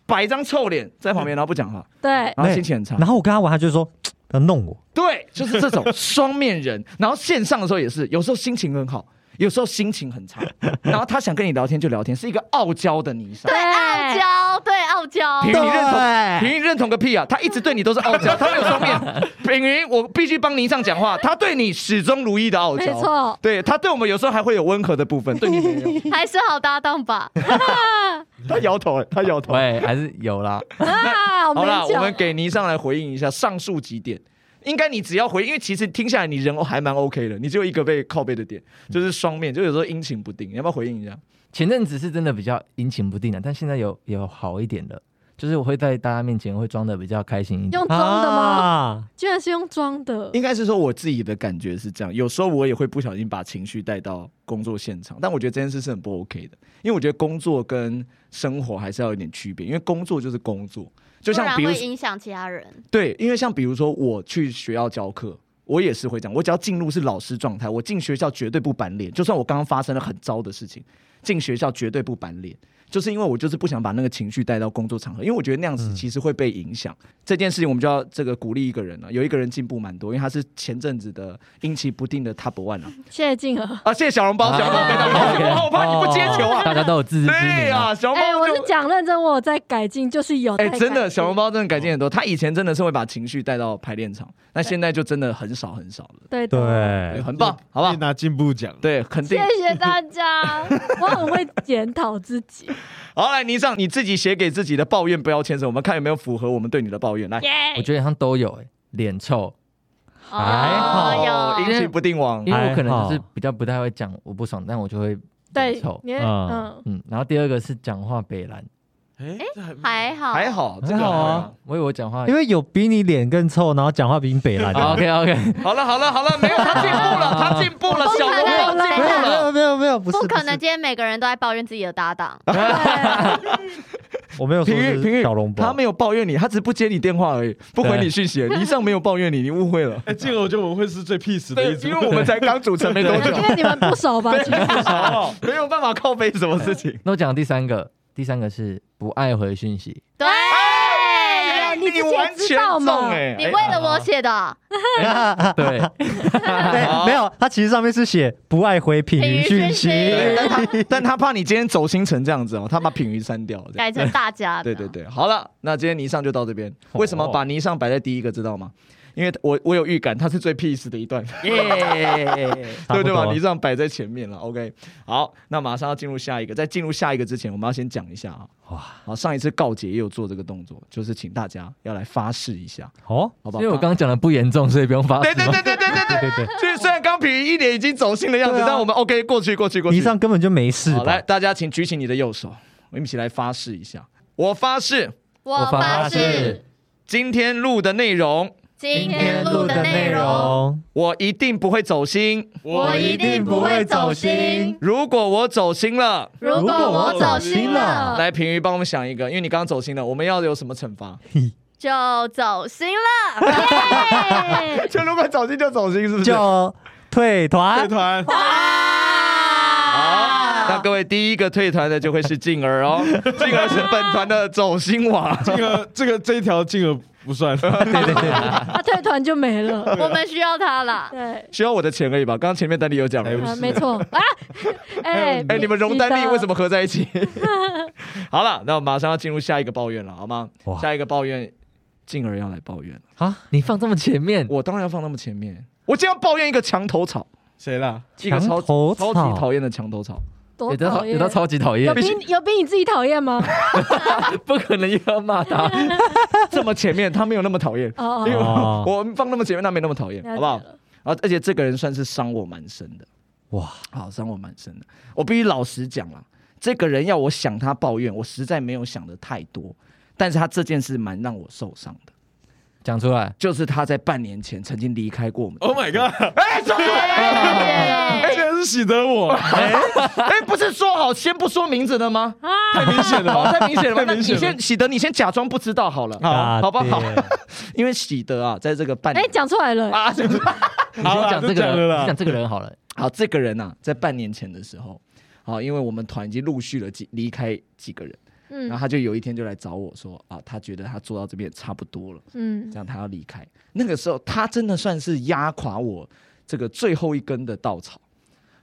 Speaker 1: 摆一张臭脸在旁边，然后不讲话，
Speaker 7: 对，
Speaker 1: 然后心情很差
Speaker 2: 然。后我跟他玩，他就说嘖不要弄我，
Speaker 1: 对，就是这种 [LAUGHS] 双面人。然后线上的时候也是，有时候心情很好，有时候心情很差。然后他想跟你聊天就聊天，是一个傲娇的泥沙
Speaker 4: 对。傲娇，对傲娇，
Speaker 1: 平云认
Speaker 7: 哎
Speaker 1: 同，平云认同个屁啊！他一直对你都是傲
Speaker 7: [LAUGHS]
Speaker 1: 娇，他没有双面。平云，我必须帮泥上讲话，他对你始终如一的傲娇。
Speaker 7: 没错，
Speaker 1: 对他对我们有时候还会有温和的部分，对你没有。
Speaker 4: 还是好搭档吧。
Speaker 1: [LAUGHS] 他摇头、哎他摇头。
Speaker 6: 喂，还是有啦。
Speaker 7: 啊，我
Speaker 1: 好啦，
Speaker 7: 没
Speaker 1: 我
Speaker 7: 讲
Speaker 1: 们给倪尚来回应一下上述几点。应该你只要回，因为其实听下来你人还蛮 OK 的，你只有一个被靠背的点，就是双面，就有时候阴晴不定。你要不要回应一下？
Speaker 6: 前阵子是真的比较阴晴不定的，但现在有有好一点的。就是我会在大家面前会装的比较开心一点。
Speaker 7: 用装的吗？
Speaker 2: 啊
Speaker 7: 居然是用装
Speaker 4: 嗯
Speaker 7: 的，
Speaker 1: 应该是说我自己的感觉是这样，有时候我也会不小心把情绪带到工作现场，但我觉得这件事是很不 OK 的，因为我觉得工作跟生活还是要有点区别，因为工作就是工作，就
Speaker 4: 不
Speaker 1: 像
Speaker 4: 然
Speaker 1: 比如
Speaker 4: 会影响其他人。
Speaker 1: 对，因为像比如说我去学校教课，我也是会这样，我只要进入是老师状态，我进学校绝对不板脸，就算我刚刚发生了很糟的事情，进学校绝对不板脸。就是因为我就是不想把那个情绪带到工作场合，因为我觉得那样子其实会被影响。这件事情我们就要这个鼓励一个人了、有一个人进步蛮多，因为他是前阵子的阴晴不定的 Top One 啊。
Speaker 7: 谢谢静儿。
Speaker 1: 啊，谢谢小笼包，小笼包非常好，我好怕你不接球
Speaker 6: 哦
Speaker 1: 啊。
Speaker 6: 大家都有自知之
Speaker 1: 对
Speaker 6: 明啊。
Speaker 1: 啊，小笼
Speaker 7: 哎、
Speaker 1: 包
Speaker 7: 我
Speaker 1: 就是
Speaker 7: 讲认真，我有在改进，就是有在
Speaker 1: 哎、
Speaker 7: 改进。
Speaker 1: 真的，小笼包真的改进很多。他以前真的是会把情绪带到排练场，那现在就真的很少很少了。
Speaker 7: 对的，
Speaker 2: 对
Speaker 1: 很棒好不好
Speaker 5: 可以拿进步奖，
Speaker 1: 对，肯定
Speaker 3: 谢。谢大家。
Speaker 7: 我很会检讨自
Speaker 1: [LAUGHS]
Speaker 7: 己。
Speaker 1: 好，来，倪尚，你自己写给自己的抱怨标签是什么？我们看有没有符合我们对你的抱怨。来，
Speaker 4: 耶
Speaker 6: 我觉得他们都有、欸，脸臭，
Speaker 2: 还好
Speaker 4: 哦
Speaker 1: 阴晴不定王
Speaker 6: 因。为我可
Speaker 2: 还
Speaker 6: 能
Speaker 2: 好
Speaker 6: 就是比较不太会讲我不爽，但我就会脸
Speaker 7: 对
Speaker 6: 臭，。
Speaker 7: 你
Speaker 2: 嗯
Speaker 7: 嗯，
Speaker 6: 嗯，然后第二个是讲话北蓝，
Speaker 5: 哎，这还
Speaker 4: 还好，
Speaker 1: 还。好，这个
Speaker 2: 还好啊
Speaker 1: 还好。
Speaker 6: 我以为我讲话啊
Speaker 2: 因为有比你脸更臭，然后讲话比你北蓝的。
Speaker 1: 哦
Speaker 6: OK OK，
Speaker 1: 好了好了好了，没有他进步了，他进步了，
Speaker 4: 不
Speaker 1: 小
Speaker 4: 可
Speaker 1: 笼包
Speaker 4: 能
Speaker 1: 进
Speaker 2: 没有
Speaker 1: 步
Speaker 2: 没
Speaker 1: 了。
Speaker 2: 有没有没有，不是
Speaker 4: 不可
Speaker 2: 是
Speaker 4: 能，今天每个人都在抱怨自己的搭档。
Speaker 7: 哎嗯
Speaker 2: 我没有说
Speaker 1: 平玉平
Speaker 2: 是
Speaker 1: 玉
Speaker 2: 小笼，
Speaker 1: 他
Speaker 2: 包
Speaker 1: 没。有抱怨你，他只是不接你电话而已，不回你讯息而已。倪尚没有抱怨你，你误会了。
Speaker 5: 哎，这个我觉得我们会是最 peace 的
Speaker 1: 对
Speaker 5: 一，组
Speaker 1: 因，为我们才刚组成没多久 [LAUGHS]
Speaker 7: 因，为你们不熟吧？其实
Speaker 1: 没有办法靠背什么事情。
Speaker 6: [LAUGHS] 那我讲第三个，第三个是不爱回讯息，
Speaker 4: 对，哎
Speaker 2: 哎
Speaker 7: 你自己也知道嘛
Speaker 1: 哎
Speaker 4: 你为了我写的，
Speaker 6: 对，
Speaker 2: 对，没有，他其实上面是写不爱回品
Speaker 4: 品
Speaker 2: 语
Speaker 4: 语
Speaker 2: 讯
Speaker 4: 讯
Speaker 2: 息
Speaker 4: 息，
Speaker 1: 对
Speaker 2: 哎
Speaker 1: 但他但他怕你今天走心成这样子哦，他把品鱼删掉。这样
Speaker 4: 改成大家的。
Speaker 1: 对对对，好了，那今天霓裳就到这边。
Speaker 2: 哦
Speaker 1: 为什么把霓裳摆在第一个，知道吗？因为我我有预感，它是最 peace 的一段，
Speaker 2: 差
Speaker 1: [LAUGHS] 对
Speaker 2: 不
Speaker 1: 不对吧？
Speaker 2: 多啊
Speaker 1: 霓裳摆在前面了，OK。好，那马上要进入下一个，在进入下一个之前，我们要先讲一下啊。
Speaker 2: 哇
Speaker 1: 好，上一次告解也有做这个动作，就是请大家要来发誓一下，
Speaker 2: 哦，
Speaker 1: 好不
Speaker 6: 因
Speaker 1: 好？
Speaker 6: 为我刚刚讲的不严重，所以不用发。
Speaker 1: 对对对对对对
Speaker 2: 对
Speaker 1: 啊对。
Speaker 2: 对对，
Speaker 1: 就是虽然刚品鱼一脸已经走心的样子，
Speaker 2: 对啊
Speaker 1: 但我们 OK 过去过去过去。
Speaker 2: 以上根本就没事
Speaker 1: 好，来，
Speaker 2: 吧？
Speaker 1: 大家请举起你的右手，我们一起来发誓一下。我发誓，
Speaker 4: 我发誓，
Speaker 1: 今天录的内容
Speaker 4: 今天录的内容，
Speaker 2: 哦，
Speaker 1: 我一定不会走心。
Speaker 4: 我
Speaker 5: [LAUGHS]
Speaker 4: 一定不会走心。
Speaker 1: 如果我走心了，
Speaker 4: 如果我走心了，
Speaker 1: 来平鱼帮我们想一个，因为你刚刚走心了，我们要有什么惩罚？
Speaker 4: 就走
Speaker 1: [LAUGHS]
Speaker 4: 心了。耶
Speaker 1: 就如果走心就啊走心，是不是？
Speaker 2: 就退
Speaker 5: 乐团，
Speaker 2: 团。
Speaker 1: 好，那
Speaker 4: 哇！
Speaker 1: 各位第一个退团的就会是静儿哦，静儿是本团的走心王。
Speaker 5: 这个这个这一条金额不算，
Speaker 7: 他啊退团就没了。
Speaker 4: 我们需要他了。
Speaker 7: 对，
Speaker 1: 需要我的钱而已吧？刚刚前面丹尼有讲了
Speaker 5: 哎，
Speaker 7: 啊，没错
Speaker 1: [LAUGHS]
Speaker 7: 啊。哎
Speaker 1: 哎、你们容丹
Speaker 7: 记
Speaker 1: 力
Speaker 7: 得
Speaker 1: 为什么合在一
Speaker 7: [LAUGHS]
Speaker 1: 起？好了，那我马上要进入下一个抱怨了，好吗？
Speaker 2: 哇
Speaker 1: 下一个抱怨，进而要来抱怨了。
Speaker 6: 啊，你放这么前面，
Speaker 1: 我当然要放那么前面，我今天要抱怨一个墙头草，
Speaker 5: [LAUGHS] 谁啦？
Speaker 1: 一个超
Speaker 2: 墙头
Speaker 1: 超
Speaker 2: 草
Speaker 1: 级讨厌的墙头草。
Speaker 7: 多
Speaker 6: 有的
Speaker 7: 讨
Speaker 6: 好有
Speaker 7: 厌
Speaker 6: 的？超级讨厌
Speaker 7: 有，比你有比你自己讨厌吗？
Speaker 1: [LAUGHS]
Speaker 6: 不可能又要骂他。
Speaker 1: 这么前面，他没有那么讨厌，
Speaker 7: 哦
Speaker 1: 因为
Speaker 7: 哦，
Speaker 2: 哦
Speaker 1: 我们放那么前面，他没那么讨厌，好不好
Speaker 7: 了解？了？
Speaker 1: 然后，而且这个人算是伤我蛮深的，
Speaker 2: 哇，
Speaker 1: 好伤我蛮深的。我必须老实讲啦，这个人要我想他抱怨，我实在没有想的太多，但是他这件事蛮让我受伤的。
Speaker 6: 讲出来，
Speaker 1: 就是他在半年前曾经离开过我 [LAUGHS] 们。
Speaker 5: Oh my god！
Speaker 4: 耶
Speaker 5: 竟然是喜得我，
Speaker 1: 哎，不是说好先不说名字的吗？
Speaker 7: 啊
Speaker 5: 太明显了
Speaker 1: 好，
Speaker 5: 吧？
Speaker 1: [LAUGHS] 太明显了吧？那
Speaker 5: 太
Speaker 1: 你
Speaker 5: 明显了
Speaker 1: 先喜德，你先假装不知道 [LAUGHS] 好了，
Speaker 2: 好
Speaker 1: 好不好？ [LAUGHS] 因为喜德啊，在这个半
Speaker 7: 哎，
Speaker 1: 年
Speaker 7: 讲出来了，
Speaker 1: [LAUGHS] 啊，是不是
Speaker 6: 你
Speaker 5: 好
Speaker 6: 先
Speaker 5: 啦
Speaker 6: 讲这
Speaker 5: 就
Speaker 6: 个
Speaker 5: 讲了
Speaker 6: 人，
Speaker 5: 啦
Speaker 6: 你讲这个人好了。
Speaker 1: 好，这个人啊，在半年前的时候，好，因为我们团已经陆续了几离开几个人，然后
Speaker 7: 嗯
Speaker 1: 他就有一天就来找我说啊，他觉得他做到这边也差不多了，
Speaker 7: 嗯
Speaker 1: 这，样他要离开。那个时候，他真的算是压垮我这个最后一根的稻草，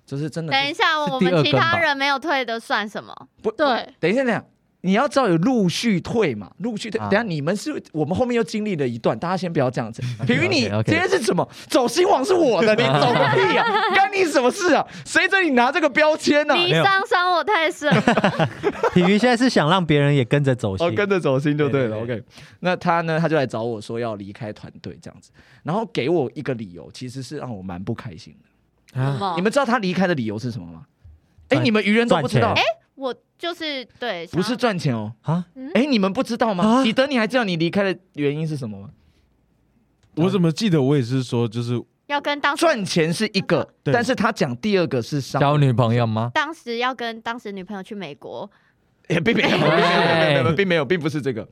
Speaker 1: 就是真的是
Speaker 4: 等一下，
Speaker 6: 是
Speaker 4: 我
Speaker 6: 第二
Speaker 4: 们其
Speaker 6: 根吧
Speaker 4: 他人没有退的算什么？
Speaker 7: 对，
Speaker 1: 等一下，等一下，你要知道有陆续退嘛，陆续退。
Speaker 6: 啊
Speaker 1: 等一下你们是我们后面又经历了一段，大家先不要这 [LAUGHS] 样子。比如你
Speaker 6: OK，OK
Speaker 1: 今天是什么？走新王是我的，你走个屁 [LAUGHS] 啊！干你什么事啊？谁准你拿这个标签啊呢、
Speaker 4: 你
Speaker 2: 没有
Speaker 4: 伤伤我太深，
Speaker 2: 体育现在是想让别人也跟着走
Speaker 1: 哦，
Speaker 2: 心，
Speaker 1: 跟着走心就对了。
Speaker 2: 对对
Speaker 1: OK，那他呢，他就来找我说要离开团队这样子，然后给我一个理由，其实是让我蛮不开心的。
Speaker 4: 什么
Speaker 1: 啊你们知道他离开的理由是什么吗？哎、
Speaker 2: 赚
Speaker 1: 你们愚人都不知道
Speaker 2: 赚，钱
Speaker 4: 我就是对，
Speaker 1: 不是
Speaker 4: 想要
Speaker 1: 赚钱哦。
Speaker 2: 啊，
Speaker 1: 哎，你们不知道吗？
Speaker 2: 啊
Speaker 1: 喜德，你还知道你离开的原因是什么吗？
Speaker 5: 我怎么记得我也是说，就是
Speaker 4: 要跟
Speaker 7: 啊
Speaker 4: 当时
Speaker 1: 赚钱是一个，
Speaker 5: 对
Speaker 1: 但是他讲第二个是商，
Speaker 6: 交女朋友吗？
Speaker 4: 当时要跟当时女朋友去美国，
Speaker 1: 也 [LAUGHS] 并没有，并没有
Speaker 6: 哎
Speaker 1: 并没有，并没有，并不是这个。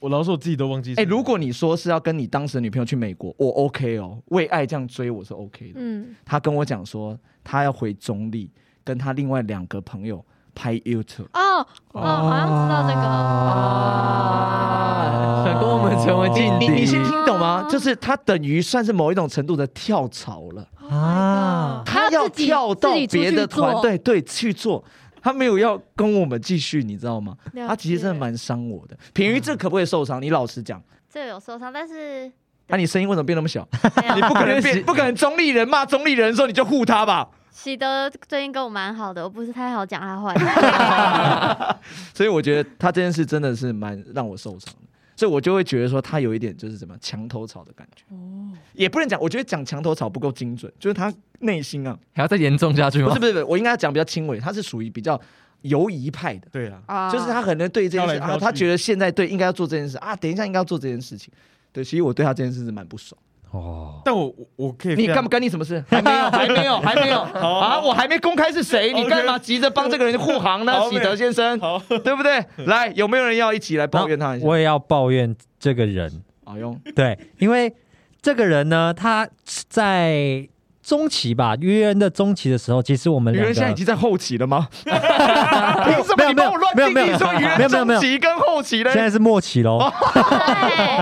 Speaker 5: 我老实说我自己都忘记是。
Speaker 1: 哎，如果你说是要跟你当时的女朋友去美国，我 OK 哦，为爱这样追我是 OK 的。
Speaker 7: 嗯，
Speaker 1: 他跟我讲说，他要回中立，跟他另外两个朋友拍 YouTube。
Speaker 7: 哦哦，好像知道这
Speaker 1: 啊
Speaker 7: Oh 个。
Speaker 6: 啊想跟我们成为劲
Speaker 1: 你
Speaker 6: 敌，
Speaker 1: 你先听懂吗
Speaker 7: 哦？
Speaker 1: 就是他等于算是某一种程度的跳槽了，
Speaker 2: 啊
Speaker 7: 他
Speaker 1: 要
Speaker 7: 自己
Speaker 1: 跳到
Speaker 7: 自己出
Speaker 1: 别的
Speaker 7: 去做
Speaker 1: 团队对去做，他没有要跟我们继续，你知道吗？
Speaker 7: 了
Speaker 1: 他其实真的
Speaker 7: 解
Speaker 1: 蛮伤我的。品瑜这可不可以受伤？你老实讲，
Speaker 4: 这有受伤，但
Speaker 1: [LAUGHS]
Speaker 4: 是
Speaker 1: 那、你声音为什么变那么小？
Speaker 4: 没
Speaker 1: [LAUGHS]
Speaker 4: 有
Speaker 1: 你不可能变， [LAUGHS] 不可能中立人骂中立人的时候你就护他吧？
Speaker 4: 喜德最近跟我蛮好的，我不是太好讲他坏。
Speaker 1: 所以我觉得他这件事真的是蛮让我受伤的，所以我就会觉得说他有一点就是怎么样墙头草的感觉。
Speaker 7: 哦
Speaker 1: 也不能讲，我觉得讲墙头草不够精准，就是他内心啊，
Speaker 6: 还要再严重下去
Speaker 1: 不
Speaker 6: 吗
Speaker 1: 是？不是不是，我应该讲比较轻微，他是属于比较犹疑派的。
Speaker 5: 对啊，
Speaker 4: 啊
Speaker 1: 就是他可能对这件事
Speaker 5: 飘来飘
Speaker 1: 啊，
Speaker 5: 去
Speaker 1: 他觉得现在对应该要做这件事啊，等一下应该要做这件事情。对，其实我对他这件事是蛮不爽。
Speaker 2: 哦，
Speaker 5: 但我我我可以非
Speaker 1: 你
Speaker 5: 常
Speaker 1: 干不干你什么事？还没有，还没有，还没有啊！我还没公开是谁，你干嘛急着帮这个人护航呢？
Speaker 5: 好
Speaker 1: 喜德先生，
Speaker 5: 好，
Speaker 1: 对不对？来，有没有人要一起来抱怨他一下？
Speaker 2: 我也要抱怨这个人，
Speaker 1: 好用，
Speaker 2: 对，因为这个人呢，他在中期吧，约人的中期的时候，其实我们
Speaker 1: 愚
Speaker 2: 两
Speaker 1: 人
Speaker 2: 个
Speaker 1: 现在已经在后期了吗？凭什么你帮我乱
Speaker 2: 没有
Speaker 1: 定
Speaker 2: 没有没
Speaker 1: 义
Speaker 2: 有
Speaker 1: 说愚
Speaker 2: 没
Speaker 1: 人
Speaker 2: 有没有
Speaker 1: 中
Speaker 2: 没有
Speaker 1: 期跟后期
Speaker 2: 现在
Speaker 1: 嘞
Speaker 2: 是末期喽。
Speaker 1: ？Oh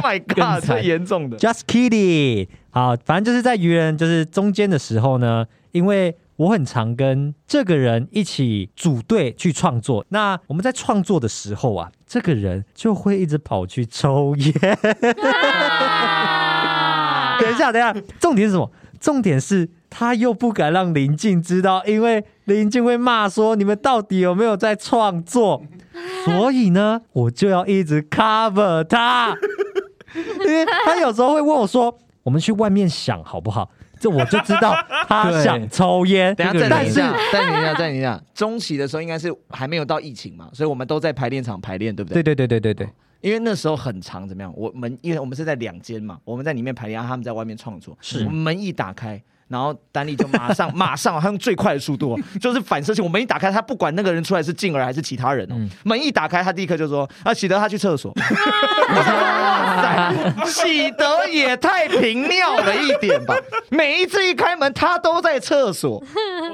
Speaker 1: my
Speaker 2: 更
Speaker 1: god，
Speaker 2: 惨
Speaker 1: 最严重的。
Speaker 2: Just kidding，好，反正就是在愚人就是中间的时候呢，因为我很常跟这个人一起组队去创作。那我们在创作的时候啊，这个人就会一直跑去抽
Speaker 4: [LAUGHS]
Speaker 2: 烟。[LAUGHS] 等一下，等一下，啊重点是什么？重点是他又不敢让林静知道，因为林静会骂说你们到底有没有在创 [LAUGHS] 作。所以呢，我就要一直 cover 他，因为他有时候会问我说：“我们去外面想好不好？”这我就知道他
Speaker 6: 对
Speaker 2: 想抽烟。
Speaker 1: 等一下暂
Speaker 6: 这个
Speaker 2: 但
Speaker 1: 停一
Speaker 2: 是
Speaker 1: 下，暂停一下，暂停一下。中期的时候应该是还没有到疫情嘛，所以我们都在排练场排练，对不对？
Speaker 2: 对对对对对对，
Speaker 1: 因为那时候很长，怎么样？我们因为我们是在两间嘛，我们在里面排练，然啊后他们在外面创作。
Speaker 2: 是
Speaker 1: 我们门一打开，然后丹尼就马上马上，他用最快的速度哦，就是反射性。我门一打开，他不管那个人出来是静儿还是其他人哦，
Speaker 6: 嗯
Speaker 1: 门一打开，他立刻就说：“啊，喜德他去厕所。哇塞”喜德也太平尿了一点吧？每一次一开门，他都在厕所。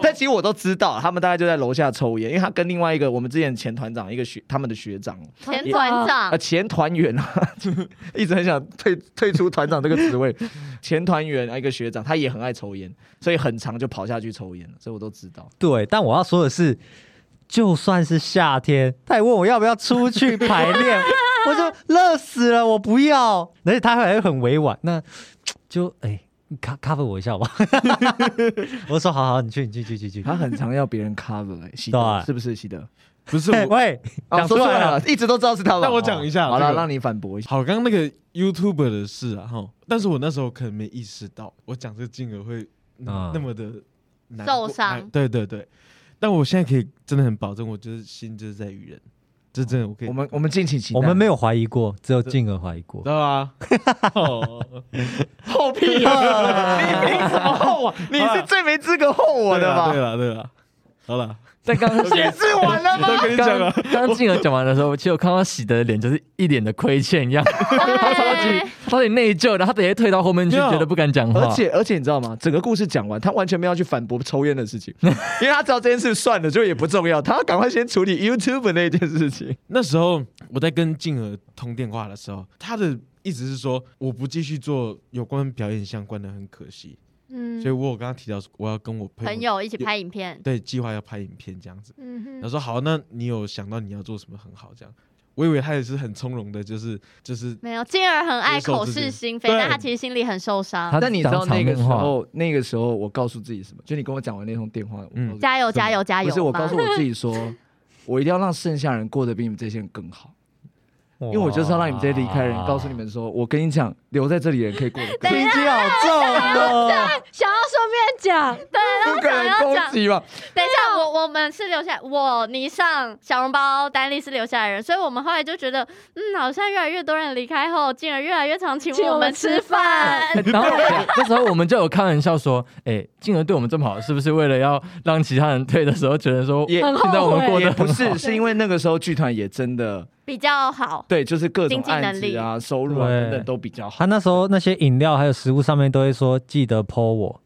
Speaker 1: 但其实我都知道，他们大概就在楼下抽烟，因为他跟另外一个我们之前前团长一个学他们的学长。
Speaker 4: 前团长
Speaker 1: 啊，前团员啊，
Speaker 5: [LAUGHS]
Speaker 1: 就是一直很想退退出团长这个职位。前团员啊，一个学长，他也很爱抽烟，所以很常就跑下去抽烟了，所以我都知道。
Speaker 2: 对，但我要说的是，就算是夏天，他也问我要不要出去排练，我就热死了，我不要。而且他还很委婉，那就哎，你 cover 我一下吧。 [LAUGHS] 我说好好，你去，你去，去去去。
Speaker 1: 他很常要别人 cover，、欸、喜德
Speaker 2: 对
Speaker 1: 是不是喜德？
Speaker 5: 不是我
Speaker 2: [LAUGHS] 喂，
Speaker 1: 啊，
Speaker 5: 哦
Speaker 2: 讲
Speaker 1: 说
Speaker 2: 出
Speaker 1: 出
Speaker 2: 来
Speaker 1: 来
Speaker 2: 了
Speaker 1: 了，，一直都知道是他吧。
Speaker 5: 那我讲一下
Speaker 1: 好
Speaker 5: 这
Speaker 1: 了，
Speaker 5: 个
Speaker 1: 让你反驳一下。
Speaker 5: 好，刚刚那个 YouTuber 的事啊，哈，但是我那时候可能没意识到，我讲这个金额会
Speaker 2: 啊
Speaker 5: 那么的难
Speaker 4: 受
Speaker 5: 过
Speaker 4: 伤
Speaker 5: 难对对对，但我现在可以真的很保证，我就是心就是在愚人，这真的我可以，
Speaker 1: 我们我们敬请期待。
Speaker 2: 我们没有怀疑过，只有静儿怀疑过
Speaker 5: 知。道吗？哦 [LAUGHS]
Speaker 1: 后屁啊， [LAUGHS] 你凭什么后我？你是最没资格后我的
Speaker 5: 对啊
Speaker 1: 吧？
Speaker 5: 了对了，好了，
Speaker 6: 但刚 [LAUGHS] 刚
Speaker 1: 解释完了吗？
Speaker 5: 都跟你讲啊
Speaker 1: [LAUGHS]
Speaker 6: 刚
Speaker 5: 了，
Speaker 6: 刚静儿讲完的时候，其实我看到喜德的脸就是一脸的亏欠一样，他超级他超级内疚的，他等下退到后面去，
Speaker 5: 没有
Speaker 6: 觉得不敢讲话。
Speaker 1: 而且而且你知道吗？整个故事讲完，他完全没有去反驳抽烟的
Speaker 5: [LAUGHS]
Speaker 1: 事情，因为他知道这件事算了，就也不重要，他要赶快先处理 YouTube 那件事情。
Speaker 5: 那时候我在跟静儿通电话的时候，她的意思是说我不继续做有关表演相关的，很可惜，
Speaker 7: 嗯
Speaker 5: 所以我有跟她提到说我要跟我朋
Speaker 4: 朋
Speaker 5: 友
Speaker 4: 友一起拍影片，
Speaker 5: 对计划要拍影片这样子。
Speaker 7: 嗯
Speaker 5: 他
Speaker 7: 哼，
Speaker 5: 说好，那你有想到你要做什么很好这样？我以为他也是很从容的，就是
Speaker 1: [LAUGHS]
Speaker 5: 就是
Speaker 4: 没有，静儿很爱口是心非，
Speaker 5: 对
Speaker 4: 但她其实心里很受伤。
Speaker 6: 他
Speaker 1: 但你知道
Speaker 6: 讲场
Speaker 1: 那个
Speaker 6: 面
Speaker 1: 时
Speaker 6: 话，
Speaker 1: 候，哦那个时候我告诉自己什么？就你跟我讲完那通电话，我告诉
Speaker 5: 嗯
Speaker 4: 加油加油加油！
Speaker 1: 不是我
Speaker 4: 妈 [LAUGHS]
Speaker 1: 告诉我自己说，我一定要让剩下人过得比你们这些人更好。
Speaker 2: 因
Speaker 1: 因为我就是要让你们这些离开的人，告诉你们说，我跟你讲，留在这里的人可以过得更好。
Speaker 2: 心机好重哦。
Speaker 7: 哎想要顺便讲，
Speaker 1: 不可能攻击吧？
Speaker 4: 等一下，我我们是留下我倪尚、小笼包、丹丽是留下来的人，所以我们后来就觉得，嗯，好像越来越多人离开后，进而越来越常请
Speaker 7: 请我
Speaker 4: 我
Speaker 7: 们
Speaker 4: 们
Speaker 7: 吃
Speaker 4: 吃饭。
Speaker 1: 哎
Speaker 6: 然后那时候我们就有开玩笑说，哎，静儿对我们这么好，是不是为了要让其他人退的时候觉得说，
Speaker 1: 也
Speaker 6: 现在我们过
Speaker 1: 也
Speaker 6: 得
Speaker 1: 不是，是因为那个时候剧团也真的
Speaker 4: 比较好。
Speaker 1: 对，就是各种
Speaker 4: 经济能
Speaker 1: 案子啊、收入啊
Speaker 2: 对
Speaker 1: 等等都比较好
Speaker 2: 他。那时候那些饮料还有食物上面都会说记得 po 我，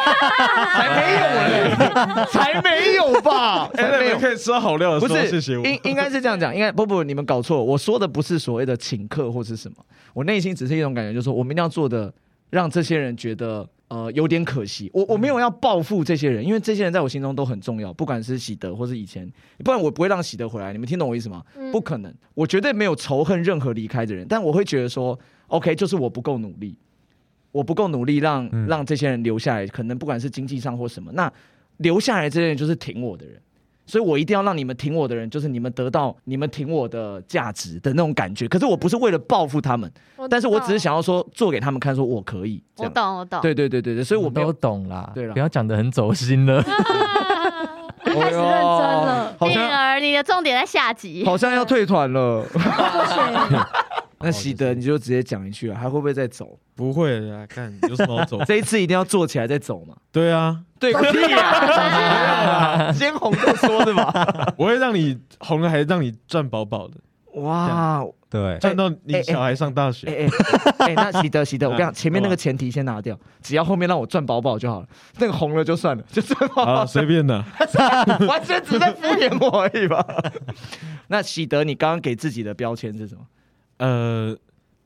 Speaker 1: 才没
Speaker 4: [LAUGHS]
Speaker 1: 有嘞，才没有吧？
Speaker 5: 哎，
Speaker 1: 才没
Speaker 5: 那
Speaker 1: 有
Speaker 5: 你。可以吃到好料的
Speaker 1: 不
Speaker 5: 时候
Speaker 1: 是，
Speaker 5: 谢谢我。
Speaker 1: 应应该是这样讲，应该不不，你们搞错，我说的不是所谓的请客或是什么，我内心只是一种感觉，就是说我们一定要做的，让这些人觉得呃有点可惜。我我没有要报复这些人，因为这些人在我心中都很重要，不管是喜德或是以前，不然我不会让喜德回来。你们听懂我意思吗？不可能，我绝对没有仇恨任何离开的人，但我会觉得说，OK，就是我不够努力，我不够努力让
Speaker 2: 嗯
Speaker 1: 让这些人留下来，可能不管是经济上或什么，那留下来这些人就是挺我的人。所以我一定要让你们挺我的人，就是你们得到你们挺我的价值的那种感觉。可是我不是为了报复他们，但是我只是想要说做给他们看，说我可以。这
Speaker 4: 我
Speaker 1: 样。
Speaker 4: 懂，我懂。
Speaker 1: 对对对对对，所以我没
Speaker 6: 都
Speaker 1: 有
Speaker 6: 懂啦，
Speaker 1: 对啦
Speaker 6: 不要讲的很走心
Speaker 1: [LAUGHS]
Speaker 6: 了。
Speaker 7: 开始认真了
Speaker 1: 哎呦好
Speaker 4: 静
Speaker 1: 像
Speaker 4: 儿，你的重点在下集。
Speaker 1: 好像要退团了。[LAUGHS]
Speaker 7: 不行，
Speaker 1: 哎那习德你就直接讲一句啊，还会不会再走？
Speaker 5: 不会的啊，看有什么好走？
Speaker 1: [LAUGHS] 这一次一定要做起来再走嘛。
Speaker 5: 对啊，
Speaker 1: 对个屁啊！ [LAUGHS] 先红再说是吧？
Speaker 5: 我会让你红了，还让你赚饱饱的，
Speaker 1: 哇，
Speaker 5: [LAUGHS]
Speaker 2: 对，
Speaker 5: 赚到
Speaker 1: 哎
Speaker 5: 你
Speaker 1: 哎
Speaker 5: 小孩上大学。
Speaker 1: 哎哎哎，那习德 [LAUGHS] 习德，我跟你讲，
Speaker 5: 嗯
Speaker 1: 前面那个前提先拿掉，只要后面让我赚饱饱就好了。那个红了就算了，就赚饱
Speaker 5: 好
Speaker 1: 饱
Speaker 5: 了，。随便的。
Speaker 1: [LAUGHS] 完全只在敷衍我而已吧。 [LAUGHS] 那喜德，你刚刚给自己的标签是什么？
Speaker 5: 呃，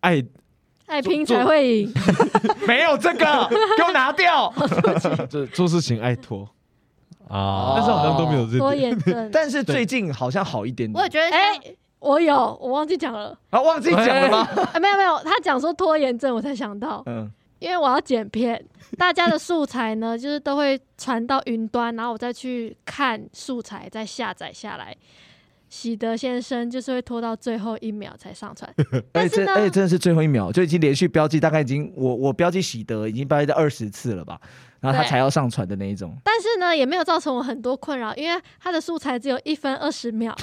Speaker 5: 爱
Speaker 7: 爱哎拼才会赢。
Speaker 1: 没有这 [LAUGHS] 个，给我拿掉。
Speaker 5: 这做事情爱
Speaker 1: 哦
Speaker 5: 拖，
Speaker 2: 啊，
Speaker 5: 但是好像都没有这
Speaker 7: 拖
Speaker 5: 点。
Speaker 7: 延
Speaker 1: [LAUGHS]
Speaker 7: 症，
Speaker 1: 但是最近好像好一点
Speaker 4: 我也
Speaker 1: 点。
Speaker 4: 觉得，
Speaker 7: 哎
Speaker 4: 哎、
Speaker 7: 我有，我忘记讲了。
Speaker 1: 啊，忘记讲了吗？
Speaker 7: 啊，没有没有，他讲说拖延症，我才想到，
Speaker 1: 嗯，
Speaker 7: 因为我要剪片，大家的素材呢，就是都会传到云端，然后我再去看素材，再下载下来。喜德先生就是会拖到最后一秒才上
Speaker 1: [LAUGHS]
Speaker 7: 传，
Speaker 1: 而
Speaker 7: 但
Speaker 1: 且
Speaker 7: 是
Speaker 1: 哎真
Speaker 7: 呢
Speaker 1: 而且真的是最后一秒，就已经连续标记，大概已经我我标记喜德已经标记到二十次了吧，然后他
Speaker 7: 对
Speaker 1: 才要上传的那一种。
Speaker 7: 但是呢，也没有造成我很多困扰，因为他的素材只有一分二
Speaker 1: [LAUGHS]
Speaker 7: 十秒，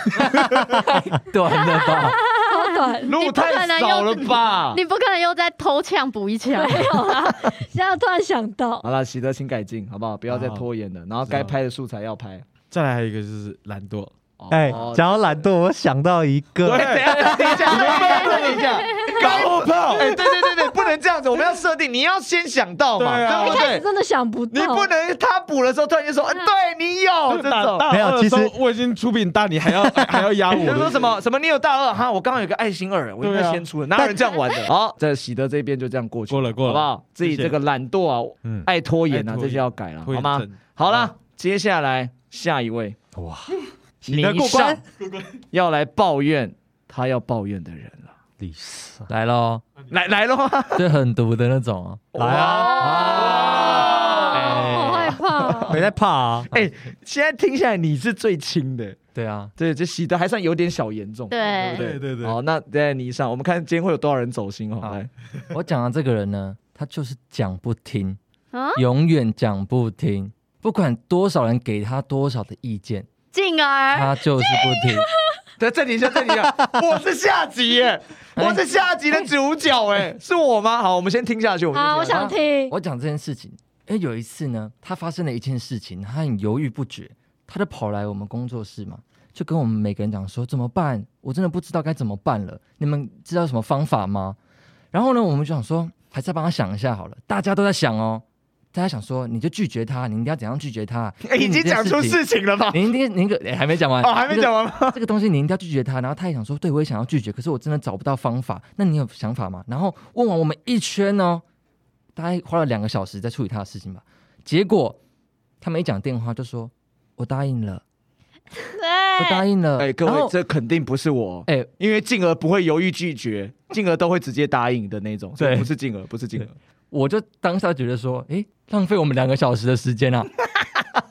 Speaker 6: 短
Speaker 2: 啊
Speaker 6: 了吧？
Speaker 7: 好短。
Speaker 1: 路太少了吧？
Speaker 4: 你不可能又在偷呛补一枪。
Speaker 7: 没有啦，现在突然想到，
Speaker 1: 好了，喜德，请改进，好不好？不啊要再拖延了。然后该拍的素材要拍。
Speaker 5: 再来还有一个就是懒惰，
Speaker 1: 哦
Speaker 2: 哎，讲到懒惰，我想到一
Speaker 1: 哎
Speaker 2: 个，
Speaker 1: 等一下，等一下，等一下，搞炮！哎，对对对对，不能这样子，我们要设定，你要先想到嘛，
Speaker 5: 对啊
Speaker 1: 对
Speaker 7: 一
Speaker 1: 不
Speaker 7: 开始
Speaker 1: 哦对？
Speaker 7: 真的想不
Speaker 1: 你
Speaker 7: 到，
Speaker 1: 不能他补的时候突然间说，
Speaker 7: 嗯
Speaker 1: 哎，对你哦有这
Speaker 5: 大
Speaker 1: 种。
Speaker 5: 大
Speaker 2: 没有
Speaker 5: 二
Speaker 2: 其实
Speaker 5: 都我已经出比你大，你还要还还要压我
Speaker 1: 就
Speaker 5: 的。
Speaker 1: 是说什么什么，你有大二哈？我刚刚有个爱心二，我应该
Speaker 5: 对啊
Speaker 1: 先出的，哪有人这样
Speaker 7: [LAUGHS]
Speaker 1: 玩的？好，在喜德这边就这样过去，
Speaker 5: 过了过
Speaker 1: 好
Speaker 5: 了
Speaker 1: 不好？自己
Speaker 5: 谢谢
Speaker 1: 这个懒惰啊，
Speaker 2: 嗯，
Speaker 1: 爱拖延啊，
Speaker 5: 爱拖
Speaker 1: 这
Speaker 5: 延
Speaker 1: 些要改了，
Speaker 5: 拖
Speaker 1: 好
Speaker 5: 延
Speaker 1: 吗 [LAUGHS]
Speaker 5: 症？？
Speaker 1: 好了，接下来下一位，
Speaker 2: 哇，
Speaker 1: 你
Speaker 2: 德过关
Speaker 1: 上要来抱怨他要抱怨的人了，
Speaker 2: 李斯
Speaker 6: 来喽，
Speaker 1: 来来了吗？
Speaker 6: 这很毒的那种哦。
Speaker 2: 来啊，
Speaker 7: 哦好害怕哦、
Speaker 2: 没在怕啊，
Speaker 1: 哎、现在听下来你是最轻的，
Speaker 6: 对啊，
Speaker 1: 对，这洗的还算有点小严重。
Speaker 4: 对啊
Speaker 1: 对
Speaker 5: [LAUGHS] 对对对
Speaker 1: 好，那在你上，我们看今天会有多少人走心哦。
Speaker 6: 好
Speaker 1: 来，
Speaker 6: 我讲的这个人呢，他就是讲不听，
Speaker 4: 啊
Speaker 6: 永远讲不听，不管多少人给他多少的意见，
Speaker 4: 静儿，
Speaker 6: 他就是不听。
Speaker 1: 再暂停一下，暂停 [LAUGHS] 一下，我是下集耶，我是下集的主角哎，是我吗？好，我们先听下去。我们
Speaker 7: 好，我
Speaker 1: 先听下去
Speaker 7: 想听。
Speaker 6: 我讲这件事情，因为有一次呢，他发生了一件事情，他很犹豫不决，他就跑来我们工作室嘛，就跟我们每个人讲说怎么办？我真的不知道该怎么办了，你们知道什么方法吗？然后呢，我们就想说，还是要帮他想一下好了。大家都在想哦，大家想说，你就拒绝他，你应该怎样拒绝他？
Speaker 1: [LAUGHS] 哎已经讲出
Speaker 6: 情，
Speaker 1: 事情了吧？
Speaker 6: 你应该，你应该、哎还没讲完
Speaker 1: 哦，还没讲完吗？
Speaker 6: 这个东西你应该拒绝他，然后他也想说，对我也想要拒绝，可是我真的找不到方法。那你有想法吗？然后问完我们一圈哦，大概花了两个小时在处理他的事情吧。结果他们一讲电话就说，我答应了，我答应了。
Speaker 1: 哎，各
Speaker 6: 然
Speaker 1: 位，
Speaker 6: 后
Speaker 1: 这肯定不是我，
Speaker 6: 哎
Speaker 1: 因为静儿不会犹豫拒绝，静儿都会直接答应的那种，所以
Speaker 6: 对
Speaker 1: 不是静儿，不是静儿。
Speaker 6: 我就当下觉得说，哎，浪费我们两个小时的时间啊。 [LAUGHS]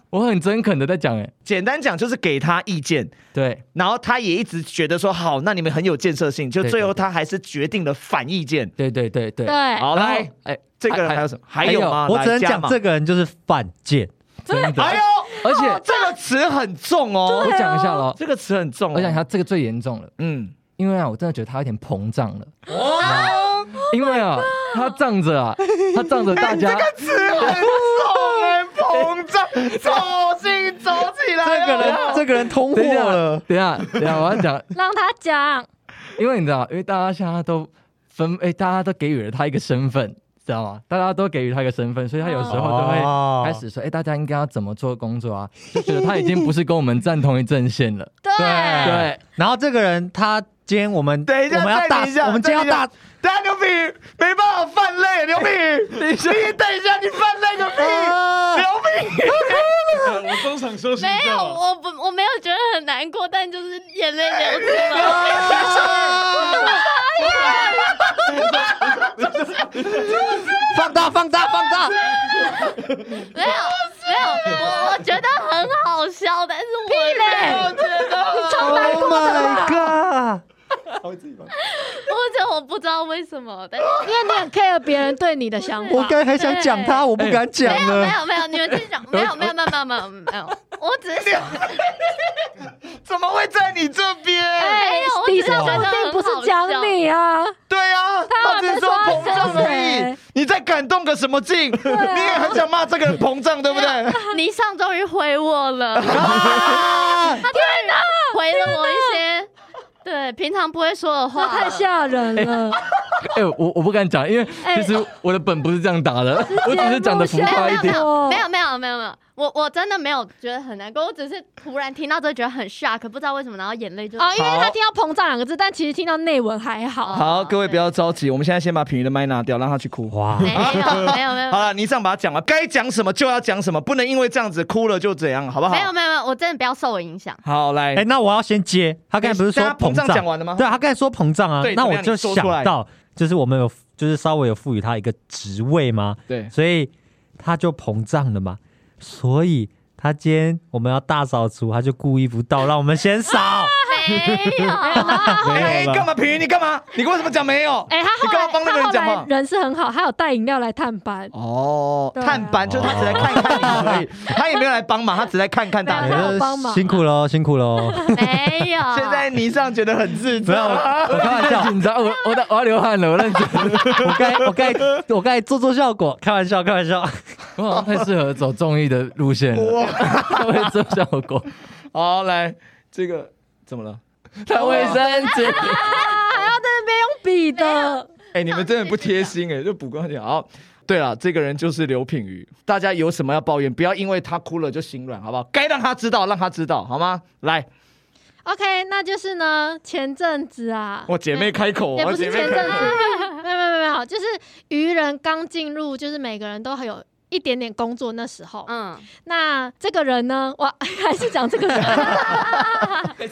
Speaker 6: 我很诚恳的在讲，哎，
Speaker 1: 简单讲就是给他意见，
Speaker 6: 对
Speaker 1: 然后他也一直觉得说好，那你们很有建设性，就
Speaker 6: 对
Speaker 1: 最后
Speaker 6: 对对
Speaker 1: 他还是决定了反意见。
Speaker 6: 对对对对，
Speaker 7: 对，
Speaker 1: 好，
Speaker 6: 然后
Speaker 1: 来，
Speaker 6: 哎，
Speaker 1: 这个人还有
Speaker 6: 还
Speaker 1: 什么？还有吗？
Speaker 2: 我只
Speaker 1: 啊
Speaker 2: 能
Speaker 1: 来加
Speaker 2: 讲
Speaker 1: 码
Speaker 2: 这个人就是犯贱，
Speaker 6: 真的，
Speaker 1: 还有，
Speaker 6: 而且
Speaker 1: [LAUGHS] 这个词很重哦，
Speaker 6: 我讲一下喽，
Speaker 1: 这个词很重哦。
Speaker 6: 我讲一下这个最严重了，
Speaker 1: 嗯，
Speaker 6: 因为啊，我真的觉得他有点膨胀了，因为啊，他仗着啊，他仗着大家。
Speaker 1: 词很重哎，膨胀，走进走起来
Speaker 2: 这个人这个人通货
Speaker 6: 等一下
Speaker 2: 了，，
Speaker 6: 等一下，等一下，我要讲，
Speaker 7: 让他讲，
Speaker 6: 因为你知道，因为大家现在都分，哎、大家都给予了他一个身份，知道吗？大家都给予他一个身份，所以他有时候都会
Speaker 2: 哦
Speaker 6: 开始说，哎、大家应该要怎么做工作啊？就觉得他已经不是跟我们站同一阵线了。
Speaker 2: 对
Speaker 6: 对，
Speaker 2: 然后这个人他今天我们
Speaker 1: 等一下
Speaker 2: 我们要
Speaker 1: 暂
Speaker 2: 大
Speaker 1: 停一下，
Speaker 2: 我们今天要大
Speaker 1: 等一下，等一下牛皮没办法犯累，牛皮，你等一下，你犯累个屁，
Speaker 2: 啊
Speaker 1: 牛皮。
Speaker 5: 我中场休息一下
Speaker 4: 没有，
Speaker 5: 吧
Speaker 4: 我不，我没有觉得很难过，但就是眼泪流出来。
Speaker 2: 放大放大放大，
Speaker 4: 没有，没有，我我觉得很好笑，但是我我觉 [LAUGHS] 得，
Speaker 2: Oh my god！
Speaker 4: 我觉得我不知道为什么，但是啊
Speaker 7: 因为你很 care 别人对你的想
Speaker 2: 我
Speaker 7: 法。
Speaker 2: 刚才还想讲他，我不敢讲
Speaker 4: 没有
Speaker 2: 了
Speaker 1: 哎
Speaker 4: 没。有没有，你们继续讲，没有没有没有没有没有没有，我只是想，
Speaker 1: 怎么会在你这边？
Speaker 4: 没有，我只
Speaker 7: 李
Speaker 4: 是觉
Speaker 7: 尚
Speaker 4: 得
Speaker 7: 说
Speaker 4: 很
Speaker 7: 并不
Speaker 4: 好
Speaker 7: 是
Speaker 4: 笑
Speaker 7: 讲你啊，
Speaker 1: 对啊，他
Speaker 7: 他
Speaker 1: 只
Speaker 7: 们
Speaker 1: 是说膨胀而已
Speaker 7: 谁。
Speaker 1: 你在感动个什么劲？你也很想骂这个人膨胀，对不对？
Speaker 4: 你上终于回我 [LAUGHS] 了，他突然回了我一些，对，平常不会说的
Speaker 7: 这
Speaker 4: 话，
Speaker 7: 太吓人了。
Speaker 6: 哎、我我不敢讲，因为其实我的本不是这样打的，我只是讲的浮
Speaker 4: 没有
Speaker 6: 夸一
Speaker 4: 没
Speaker 7: 啊
Speaker 6: 点。
Speaker 4: 有没有没有没有没有没有，我我真的没有觉得很难过，我只是突然听到这个觉得很 shock，不知道为什么，然后眼泪就
Speaker 7: 哦，因为他听到“膨胀”两个字，但其实听到内文还好。
Speaker 1: 好，各位不要着急，我们现在先把品瑜的麦拿掉，让他去哭。
Speaker 2: 哇
Speaker 4: 没有没有没有
Speaker 7: 嗯
Speaker 4: 没有
Speaker 1: 好了，你这样把它讲了，该讲什么就要讲什么，不能因为这样子哭了就怎样，好不好？
Speaker 4: 没有没有没有，我真的不要受我影响。
Speaker 1: 好，来，哎
Speaker 2: 哎、那我要先接，他刚才不是说
Speaker 1: 等一下膨胀
Speaker 2: 胀
Speaker 1: 讲完了吗
Speaker 2: 对啊，他刚才说膨胀啊
Speaker 1: 对，
Speaker 2: 那
Speaker 1: 怎么
Speaker 2: 我
Speaker 1: 样
Speaker 2: 就
Speaker 1: 你说出来
Speaker 2: 想到，就是我们有就是稍微有赋予他一个职位嘛，
Speaker 1: 对，
Speaker 2: 所以他就膨胀了嘛，所以他今天我们要大扫除，他就故意不到，让我们
Speaker 1: [LAUGHS]
Speaker 2: 先扫。
Speaker 4: 没有，
Speaker 1: 哎，干嘛品瑜？你干嘛？你为什么讲没有？
Speaker 7: 哎，他
Speaker 1: 你
Speaker 7: 后
Speaker 1: 干嘛
Speaker 7: 来
Speaker 1: 帮那个
Speaker 7: 他
Speaker 1: 人
Speaker 7: 后
Speaker 1: 讲
Speaker 7: 来
Speaker 1: 话？
Speaker 7: 人是很好，他有带饮料来探班。
Speaker 1: 哦，
Speaker 7: 对啊
Speaker 1: 探班就是他只来看看你而已，他也没有来帮忙，他只来看看大
Speaker 7: 没
Speaker 1: 家
Speaker 7: 有。有帮忙
Speaker 2: 哎
Speaker 7: 啊
Speaker 2: 辛苦喽，辛苦喽。
Speaker 4: 没有。
Speaker 1: 现在泥上觉得很自
Speaker 2: 没
Speaker 1: 责，
Speaker 2: 有，我
Speaker 1: [LAUGHS]
Speaker 2: 开玩笑，
Speaker 6: 紧张，我我我要流汗了，我认真，
Speaker 2: 我刚才我刚才我刚才做做效果，开玩笑，开玩笑。
Speaker 6: 我好像太适合走综艺的路线了，他会做效果，
Speaker 1: 好，来这个怎么了？
Speaker 6: 他卫生纸。
Speaker 7: 比的，
Speaker 1: [LAUGHS] 哎、你们真的不贴心哎、就补光点。好，对了，这个人就是刘品瑜，大家有什么要抱怨，不要因为他哭了就心软，好不好？该让他知道，让他知道，好吗？来，
Speaker 7: OK，那就是呢，前阵子啊，
Speaker 1: 我姐妹开口，
Speaker 7: 也
Speaker 1: 我
Speaker 7: 不是
Speaker 1: 姐
Speaker 7: 前
Speaker 1: 妹
Speaker 7: 阵
Speaker 1: 开
Speaker 7: 子啊
Speaker 1: 口。，
Speaker 7: [LAUGHS] 没有没有没有没有，就是愚人刚进入，就是每个人都很有一点点工作那时候，
Speaker 4: 嗯，
Speaker 7: 那这个人呢，我 [LAUGHS] 还是讲这个人，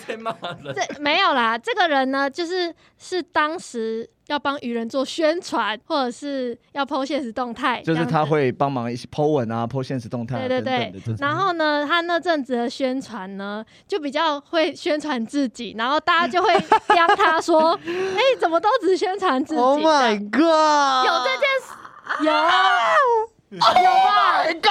Speaker 6: 在骂
Speaker 7: [LAUGHS]
Speaker 6: 人。
Speaker 7: 这没有啦，这个人呢，就是是当时要帮愚人做宣传，或者是要 PO 现实动态，
Speaker 1: 就是
Speaker 7: 这样子
Speaker 1: 他。会帮忙一起 Po 文啊，Po 现实动态、啊、
Speaker 7: 对对对
Speaker 1: 等等的这种
Speaker 7: 然后呢，他那阵子的宣传呢，就比较会宣传自己，然后大家就会刁
Speaker 1: [LAUGHS]
Speaker 7: 他说：“哎、怎么都只宣传自己
Speaker 1: 哦
Speaker 2: Oh my god！
Speaker 4: 有这件事，
Speaker 7: 有嗯
Speaker 1: 哎你们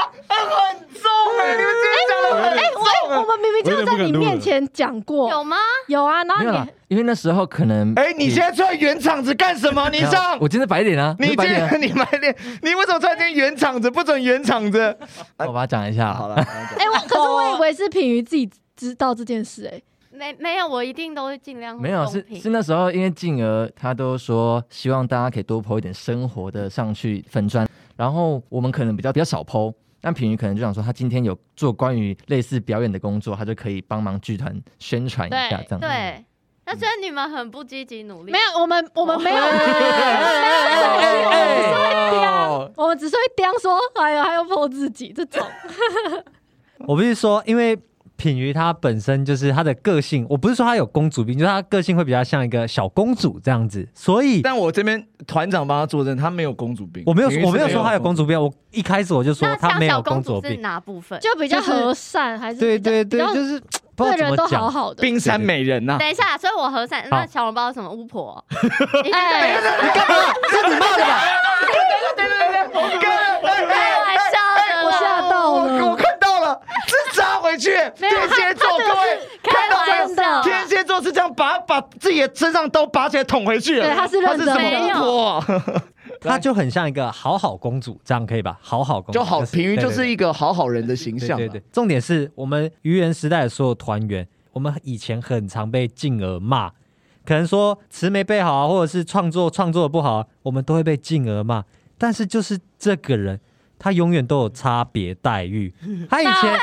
Speaker 1: 今天讲 [LAUGHS] 的很
Speaker 7: 我我们明明
Speaker 5: 我
Speaker 7: 就
Speaker 5: 有点不
Speaker 7: 在
Speaker 5: 敢
Speaker 7: 你
Speaker 5: 录了
Speaker 7: 面前讲过，
Speaker 4: [LAUGHS] 有吗？
Speaker 7: 有啊，然后
Speaker 6: [LAUGHS] 没有
Speaker 7: 你
Speaker 6: 啦，因为那时候可能
Speaker 1: 哎、你现在出来圆场子干什么？你
Speaker 6: 没有
Speaker 1: 上。
Speaker 6: 我今天白脸啊，
Speaker 1: 你
Speaker 6: 我白
Speaker 1: 今
Speaker 6: 脸啊，
Speaker 1: 天 [LAUGHS] 你白脸，你为什么突然间圆场子？不准圆场子。
Speaker 6: 我把它讲一下啊
Speaker 1: 好
Speaker 6: 好了。
Speaker 1: 了，好了
Speaker 7: 哎、我可是我以为是品瑜自己知道这件事、哎，
Speaker 4: 没没有，我一定都会尽量
Speaker 6: 没有，是
Speaker 4: 公平
Speaker 6: 是那时候，因为静儿她都说希望大家可以多剖一点生活的上去粉砖，然后我们可能比较比较少剖，但品瑜可能就想说，他今天有做关于类似表演的工作，他就可以帮忙剧团宣传一下
Speaker 7: 对
Speaker 6: 这样。，
Speaker 4: 对。那虽然你们很不积极努力，
Speaker 7: 没有，我们我们没有， [LAUGHS] 我们没有
Speaker 1: 哎
Speaker 7: 那种心，我们只是会刁，我哦们只是会刁说，哎呀，还要泼自己这种，
Speaker 2: 我必须说，因为品瑜她本身就是她的个性，我不是说她有公主病，就是她个性会比较像一个小公主这样子，所以
Speaker 1: 但我这边团长帮他作证，他没有公主病。
Speaker 2: 我没有
Speaker 1: 平玉是
Speaker 2: 我没有说她有公主病，我一开始我就说
Speaker 4: 那
Speaker 2: 她
Speaker 4: 像
Speaker 2: 没有
Speaker 4: 小
Speaker 2: 公
Speaker 4: 公
Speaker 2: 主
Speaker 4: 主是
Speaker 2: 病，
Speaker 4: 哪部分？
Speaker 7: 就比较和善，还是
Speaker 2: 对
Speaker 7: 比较
Speaker 2: 对对
Speaker 7: 比，较
Speaker 2: 就是不知道
Speaker 7: 对
Speaker 2: 怎
Speaker 7: 人都好
Speaker 2: 么讲，
Speaker 7: 好的。
Speaker 1: 冰山美人呐、
Speaker 4: 等一下，所以我和善那
Speaker 2: 好
Speaker 4: 小笼包是什么巫婆？
Speaker 7: 哎，
Speaker 4: 开玩笑的，
Speaker 7: 我吓到了，
Speaker 1: 看到了，是扎回去。
Speaker 4: 没有
Speaker 1: 天蝎座，各位，
Speaker 4: 开玩笑
Speaker 7: 他真的
Speaker 1: 天蝎座是这样把把自己的身上刀拔起来捅回去。
Speaker 7: 对他是
Speaker 1: 他是
Speaker 7: 认
Speaker 1: 什
Speaker 7: 真
Speaker 1: 么巫
Speaker 7: 的，
Speaker 1: 婆？
Speaker 2: 她就很像一个好好公主，这样可以吧？好好公主
Speaker 1: 就好，平
Speaker 2: 瑜
Speaker 1: 云就是一个好好人的形
Speaker 2: 对
Speaker 1: 象、啊。
Speaker 2: 对对，重点是我们愚人时代的所有团员，我们以前很常被静儿骂，可能说词没背好啊，或者是创作创作的不好啊，我们都会被静儿骂。但是就是这个人，他永远都有差别待遇。他以前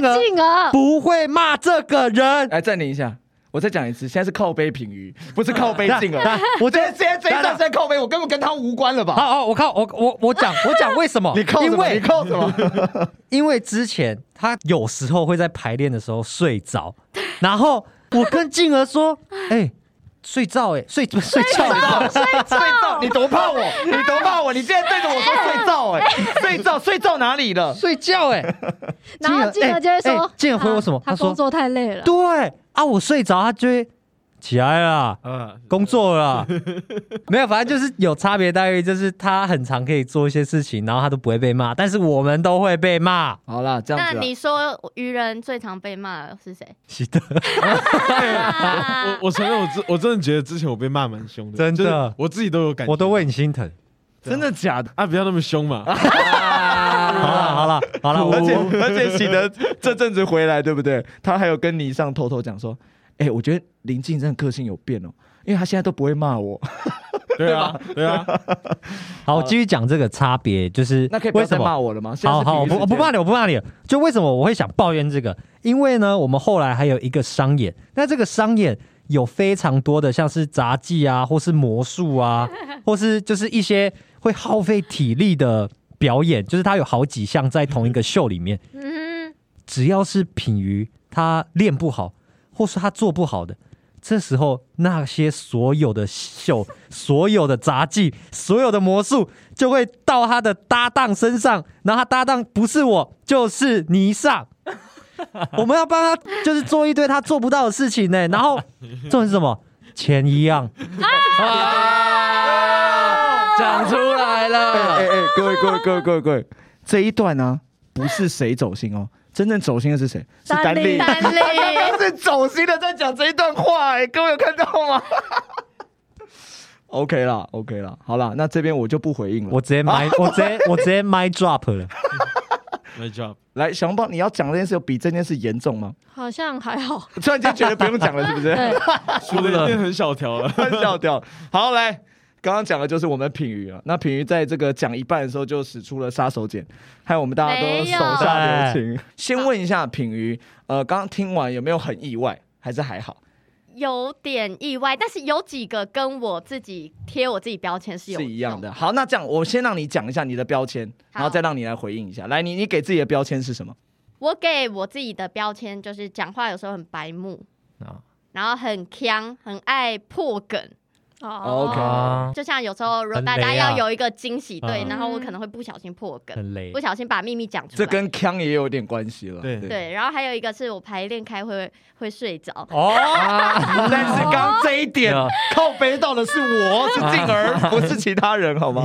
Speaker 2: 静儿
Speaker 7: 静儿，
Speaker 2: 不会骂这个人，
Speaker 1: 来暂停一下，我再讲一次，现在是靠背平鱼，不是靠背静儿。
Speaker 2: 我就
Speaker 1: 这现在这一段是在靠背，我根本跟他无关了
Speaker 2: 好
Speaker 1: 吧？
Speaker 2: 好，我靠，我我我讲我讲为什
Speaker 1: [LAUGHS]
Speaker 2: 么？
Speaker 1: 你靠什 [LAUGHS]
Speaker 2: 因
Speaker 1: 么？你
Speaker 2: 为
Speaker 1: 靠什么？
Speaker 2: 因为之前他有时候会在排练的时候睡着，然后我跟静儿说：“哎、睡觉哎、睡睡觉。
Speaker 1: 睡觉，你多 [LAUGHS] 怕我，你多怕我，你现在对着我说睡觉，哎，睡觉， [LAUGHS] 睡欸觉哪里了？
Speaker 2: 睡觉哎、
Speaker 7: 然后静儿就会
Speaker 2: 哎
Speaker 7: 说
Speaker 2: 哎，静儿回我什么
Speaker 7: 啊他
Speaker 2: 他说
Speaker 7: 工作太累了，
Speaker 2: 对啊，我睡着，他就会起来了，
Speaker 5: 啊，
Speaker 2: 工
Speaker 1: [LAUGHS]
Speaker 2: 作了，没有，反正就是有差别待遇，就是他很常可以做一些事情，然后他都不会被骂，但是我们都会被骂。
Speaker 1: [LAUGHS] 好啦，这
Speaker 4: 那
Speaker 1: 样子啊啦
Speaker 4: 你说愚人最常被骂的是谁？
Speaker 2: 是的，
Speaker 4: 啊
Speaker 5: 我我承认，我真我真的觉得之前我被骂蛮凶的，
Speaker 2: 真的
Speaker 5: 就是我自己都有感觉，
Speaker 2: 我都为你心疼。
Speaker 1: 真的假的？
Speaker 5: 啊，不要那么凶嘛，
Speaker 2: 好了好了好了，
Speaker 1: 啊 [LAUGHS] 而且
Speaker 2: 我
Speaker 1: 而且喜德这阵子回来，对不对？他还有跟倪尚偷偷讲说，哎、我觉得林静真的个性有变哦，因为他现在都不会骂我。
Speaker 5: 对啊，对啊，
Speaker 2: 好，我继续讲这个差别，就是
Speaker 1: 那可以不
Speaker 2: 为
Speaker 1: 要
Speaker 2: 什
Speaker 1: 再
Speaker 2: 么
Speaker 1: 骂我了吗？现在
Speaker 2: 好
Speaker 1: 是
Speaker 2: 好，我
Speaker 1: 体育
Speaker 2: 不
Speaker 1: 时
Speaker 2: 我不
Speaker 1: 间
Speaker 2: 骂你，我不骂你了。就为什么我会想抱怨这个？因为呢，我们后来还有一个商演，那这个商演有非常多的像是杂技啊，或是魔
Speaker 1: [LAUGHS]
Speaker 2: 术啊，或是就是一些会耗费体力的表演，就是它有好几项在同一个秀里面。
Speaker 4: 嗯，
Speaker 2: 只要是品瑜他练不好，或是他做不好的，这时候那些所有的秀、所有的杂技、所有的魔术，就会到他的搭档身上，然后他搭档不是我，就是倪尚。我们要帮他，就是做一堆他做不到的事情呢、然后重点是什么？钱一样，
Speaker 6: 讲出来了。
Speaker 1: 哎哎哎，各位各位各位各位各位，这一段呢、不是谁走心哦，真正走心的是谁？是丹丽。
Speaker 4: 丹
Speaker 1: 他
Speaker 4: 丽，
Speaker 1: [LAUGHS] 是走心的在讲这一段话、哎，各位有看到吗？OK 啦，OK 啦，好啦，那这边我就不回应了。
Speaker 2: 我直接买，我直接我直接 my drop 了。
Speaker 5: 那 job，
Speaker 1: 来，小笼包，你要讲这件事有比这件事严重吗？ [LAUGHS]
Speaker 7: 好像还好。
Speaker 1: 突然间觉得不用讲了，是不 [LAUGHS] 是？
Speaker 7: 对，
Speaker 5: 输的一定很小条了，
Speaker 1: [LAUGHS] 关掉掉。好，来，刚刚讲的就是我们品瑜了。那品瑜在这个讲一半的时候就使出了杀手锏，害我们大家都手下留情。先问一下品瑜，呃，刚刚听完有没有很意外，还是还好？
Speaker 4: 有点意外，但是有几个跟我自己贴我自己标签是有
Speaker 1: 是一样的。好，那这样我先让你讲一下你的标签，
Speaker 4: 好
Speaker 1: 然后再让你来回应一下。来，你你给自己的标签是什么？
Speaker 4: 我给我自己的标签就是讲话有时候很白目
Speaker 6: 啊
Speaker 4: 然后很呛，很爱破梗。
Speaker 7: 哦
Speaker 1: OK
Speaker 2: 哦
Speaker 6: 啊，
Speaker 4: 就像有时候如果
Speaker 2: 很
Speaker 4: 大
Speaker 2: 雷
Speaker 4: 家
Speaker 2: 啊
Speaker 4: 要有一个惊喜，对，
Speaker 2: 嗯
Speaker 4: 然后我可能会不小心破梗，
Speaker 2: 很累
Speaker 4: 不，小心把秘密讲出
Speaker 1: 这
Speaker 4: 来。
Speaker 1: 跟腔也有点关系了。
Speaker 5: 对
Speaker 4: 对，然后还有一个是我排练开会会睡着，
Speaker 1: 但是刚刚这一点
Speaker 6: 哦
Speaker 1: 靠背到的是我，是静
Speaker 2: [LAUGHS]
Speaker 1: 儿，不是其他人，好吗？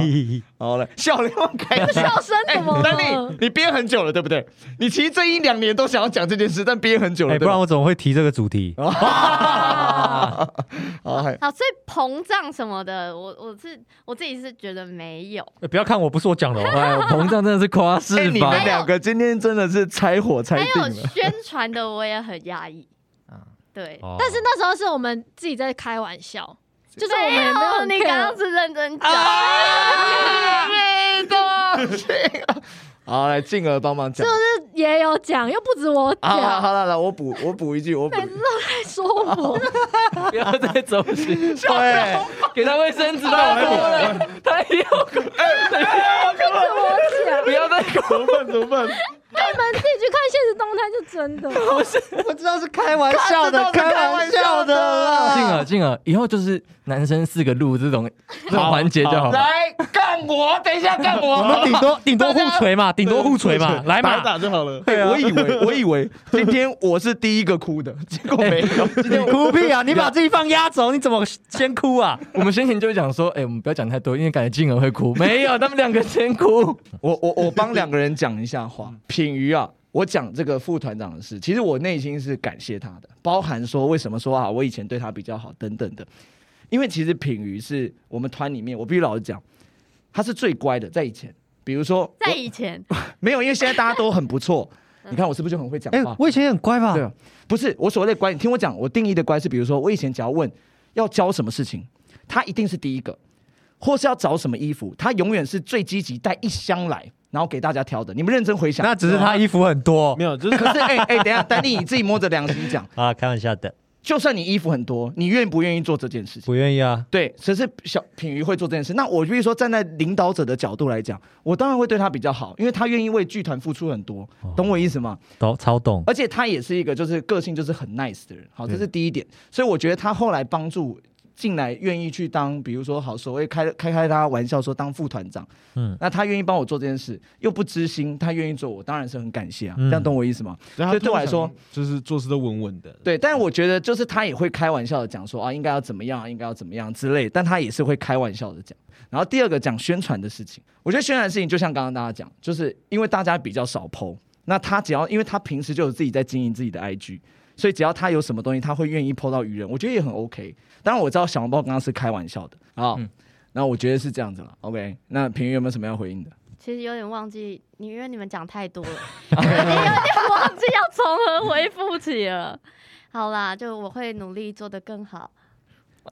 Speaker 1: 好嘞，笑脸开心。
Speaker 7: 笑声
Speaker 1: 哎
Speaker 7: 怎么，
Speaker 4: [LAUGHS]
Speaker 1: 丹
Speaker 7: 了哦
Speaker 1: 丽？，你憋很久了，对不对？你其实这一两年都想要讲这件事，但憋很久了，
Speaker 2: 哎、不
Speaker 1: 对吧
Speaker 2: 然我怎么会提这个主题？啊
Speaker 1: 好，还
Speaker 4: 好，所以膨胀什么的，我我是我自己是觉得没有。
Speaker 2: 哎不要看我，不是我讲的、哦。
Speaker 6: 哎，我膨胀真的是夸饰
Speaker 1: 哎，你
Speaker 6: 吧
Speaker 1: 们？两个今天真的是拆火拆
Speaker 4: 还
Speaker 1: 定
Speaker 4: 有
Speaker 1: 了。
Speaker 4: 宣传的我也很压抑
Speaker 6: 啊，
Speaker 4: 对，
Speaker 2: 哦
Speaker 7: 但是那时候是我们自己在开玩笑，就是我们也没有
Speaker 4: 哦，
Speaker 7: 很
Speaker 4: 你刚
Speaker 7: care
Speaker 4: 刚是认真
Speaker 1: 啊
Speaker 4: 讲，
Speaker 1: [LAUGHS] 好，来静儿帮忙讲。
Speaker 7: 也有讲，又不止我
Speaker 1: 好啊好
Speaker 7: [LAUGHS] 讲，
Speaker 2: 啊
Speaker 1: 好了，来我补我补一句，我补一句。
Speaker 7: 还说 [LAUGHS] 我，
Speaker 6: 不要再走心，
Speaker 1: 对，
Speaker 6: 给他卫生纸吧，多了，太有，
Speaker 1: 哎，
Speaker 6: 不要再
Speaker 5: [LAUGHS] 怎么办？怎么办？
Speaker 7: 你们自己去看现实动态就真的。
Speaker 10: 我知道是开玩笑的，开玩笑的啦。
Speaker 6: 静儿，静儿，以后就是男生四个路这种这种环节就好了。
Speaker 1: 来干我，等一下干
Speaker 2: 我们
Speaker 1: 我。
Speaker 2: 顶多顶多互锤嘛，顶多互锤嘛，来
Speaker 5: 打
Speaker 2: 嘛
Speaker 5: 一，打就好了。
Speaker 2: 啊
Speaker 1: 嘿哎我以为我以为今天我是第一个哭的， [LAUGHS] 结果没
Speaker 2: [LAUGHS]
Speaker 1: 有。今天
Speaker 2: 你哭屁啊！你把自己放压轴，你怎么先哭啊？
Speaker 6: [LAUGHS] 我们先前就讲说，哎、我们不要讲太多，因为感觉静儿会哭。没有，他们两个先
Speaker 2: [LAUGHS]
Speaker 6: 哭。
Speaker 1: 我我我帮两个人讲一下话。品瑜啊，我讲这个副团长的事，其实我内心是感谢他的，包含说为什么说啊，我以前对他比较好等等的。因为其实品瑜是我们团里面，我必须老实讲，他是最乖的，在以前。比如说，
Speaker 4: [LAUGHS] 在
Speaker 1: 我
Speaker 4: 以前，
Speaker 1: 没有，因为现在大家都很不错。你看我是不是就很会讲
Speaker 2: 哎
Speaker 1: 话？，
Speaker 2: 我以前也很乖吧
Speaker 1: 对？啊，不是我所谓的乖，你听我讲，我定义的乖是，比如说我以前只要问要教什么事情，他一定是第一个，或是要找什么衣服，他永远是最积极带一箱来，然后给大家挑的。你们认真回想，
Speaker 2: 那只是他衣服很多
Speaker 5: 没有，就是
Speaker 1: 可是哎哎、等一下，丹尼你自己摸着良心
Speaker 2: [LAUGHS]
Speaker 1: 讲，
Speaker 2: 啊，开玩笑的，
Speaker 1: 就算你衣服很多，你愿不愿意做这件事情？
Speaker 2: 不愿意啊。
Speaker 1: 对，只是小品瑜会做这件事。那我比如说站在领导者的角度来讲，我当然会对他比较好，因为他愿意为剧团付出很多，
Speaker 2: 哦
Speaker 1: 懂我意思吗？
Speaker 2: 懂，超懂。
Speaker 1: 而且他也是一个就是个性就是很 nice 的人，好，这是第一点。所以我觉得他后来帮助进来，愿意去当，比如说好所谓开开开他玩笑说当副团长，
Speaker 2: 嗯
Speaker 1: 嗯，那他愿意帮我做这件事，又不知心，他愿意做，我当然是很感谢啊，
Speaker 2: 嗯
Speaker 1: 这样懂我意思吗？
Speaker 5: 然
Speaker 1: 所
Speaker 5: 后
Speaker 1: 以对我来说，
Speaker 5: 就是做事都稳稳的。
Speaker 1: 对，但我觉得就是他也会开玩笑的讲说啊，应该要怎么样，应该要怎么样之类，但他也是会开玩笑的讲。然后第二个讲宣传的事情，我觉得宣传的事情就像刚刚大家讲，就是因为大家比较少剖，那他只要因为他平时就有自己在经营自己的 IG，所以只要他有什么东西，他会愿意剖到愚人，我觉得也很 OK。当然我知道小笼包刚刚是开玩笑的啊，
Speaker 6: 嗯
Speaker 1: 那、我觉得是这样子了。OK，那平云有没有什么要回应的？
Speaker 4: 其实有点忘记你，因为你们讲太多了，有点忘记要从何回复起了。好啦，就我会努力做得更好。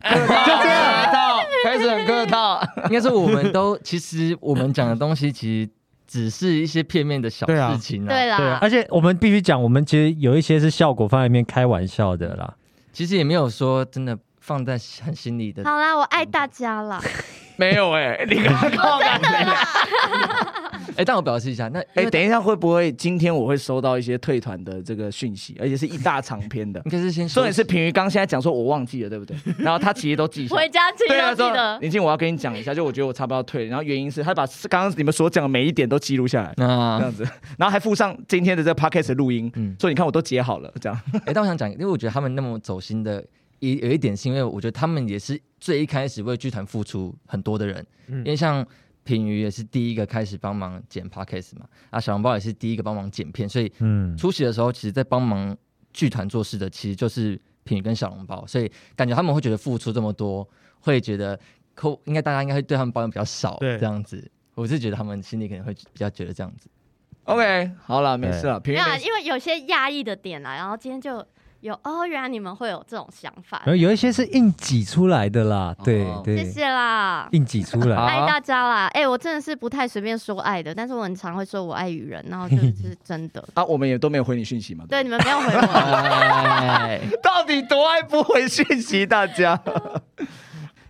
Speaker 1: 就这样，套开始很客套。
Speaker 6: [LAUGHS] 应该说我们都，其实我们讲的东西其实只是一些片面的小
Speaker 5: 对啊
Speaker 6: 事情啊。
Speaker 4: 对
Speaker 2: 对啊
Speaker 4: 啦，，
Speaker 2: 而且我们必须讲，我们其实有一些是效果放在里面开玩笑的啦。
Speaker 6: 其实也没有说真的放在很心里的。
Speaker 4: 好啦，我爱大家啦。
Speaker 1: 没有哎、你刚刚靠哪里
Speaker 6: 哎、但我表示一下，那
Speaker 1: 哎、
Speaker 6: 因为
Speaker 1: 等一下，会不会今天我会收到一些退团的这个讯息，而且是一大长篇
Speaker 6: [LAUGHS]
Speaker 1: 的
Speaker 6: 应？该是先
Speaker 1: 重
Speaker 6: 说
Speaker 1: 点是平鱼刚现在讲说我忘记了，对不对？然后他其实都记下来
Speaker 4: 回。家记
Speaker 1: 对
Speaker 4: 要
Speaker 1: 啊，
Speaker 4: 记得
Speaker 1: 说。林静，我要跟你讲一下，就我觉得我差不多要退了，然后原因是他把刚刚你们所讲的每一点都记录下来，这
Speaker 6: 那
Speaker 1: 样子， [LAUGHS] 然后还附上今天的这个 podcast 的录音，
Speaker 6: 嗯
Speaker 1: 所以你看我都截好了，这样。
Speaker 6: 哎、但我想讲，因为我觉得他们那么走心的，一有一点是因为我觉得他们也是最一开始为剧团付出很多的人，因为像品瑜也是第一个开始帮忙剪 podcast 嘛，啊，小笼包也是第一个帮忙剪片，所以
Speaker 2: 嗯，
Speaker 6: 出席的时候，其实在帮忙剧团做事的其实就是品瑜跟小笼包，所以感觉他们会觉得付出这么多，会觉得扣应该大家应该会对他们包容比较少，
Speaker 5: 对
Speaker 6: 这样子。我是觉得他们心里可能会比较觉得这样子，
Speaker 1: OK，好了，没事了，平
Speaker 4: 没
Speaker 1: 鱼
Speaker 4: 有啊，
Speaker 1: 没事
Speaker 4: 因为有些压抑的点啦，然后今天就有哦，原来你们会有这种想法
Speaker 1: 哎
Speaker 2: 然后，有一些是硬挤出来的啦，对
Speaker 1: 哦
Speaker 2: 对，
Speaker 4: 谢谢啦，
Speaker 2: 硬挤出
Speaker 6: 好
Speaker 2: 来。
Speaker 4: 爱大家啦。哎、我真的是不太随便说爱的，但是我很常会说我爱与人，然后就是真
Speaker 1: [LAUGHS]
Speaker 4: 的。
Speaker 1: 啊，我们也都没有回你讯息嘛，
Speaker 4: 对，
Speaker 1: 不
Speaker 4: 你们没有回
Speaker 1: [LAUGHS]
Speaker 4: 我，
Speaker 6: 哎，
Speaker 1: 到底多爱不回讯息大家？ [LAUGHS]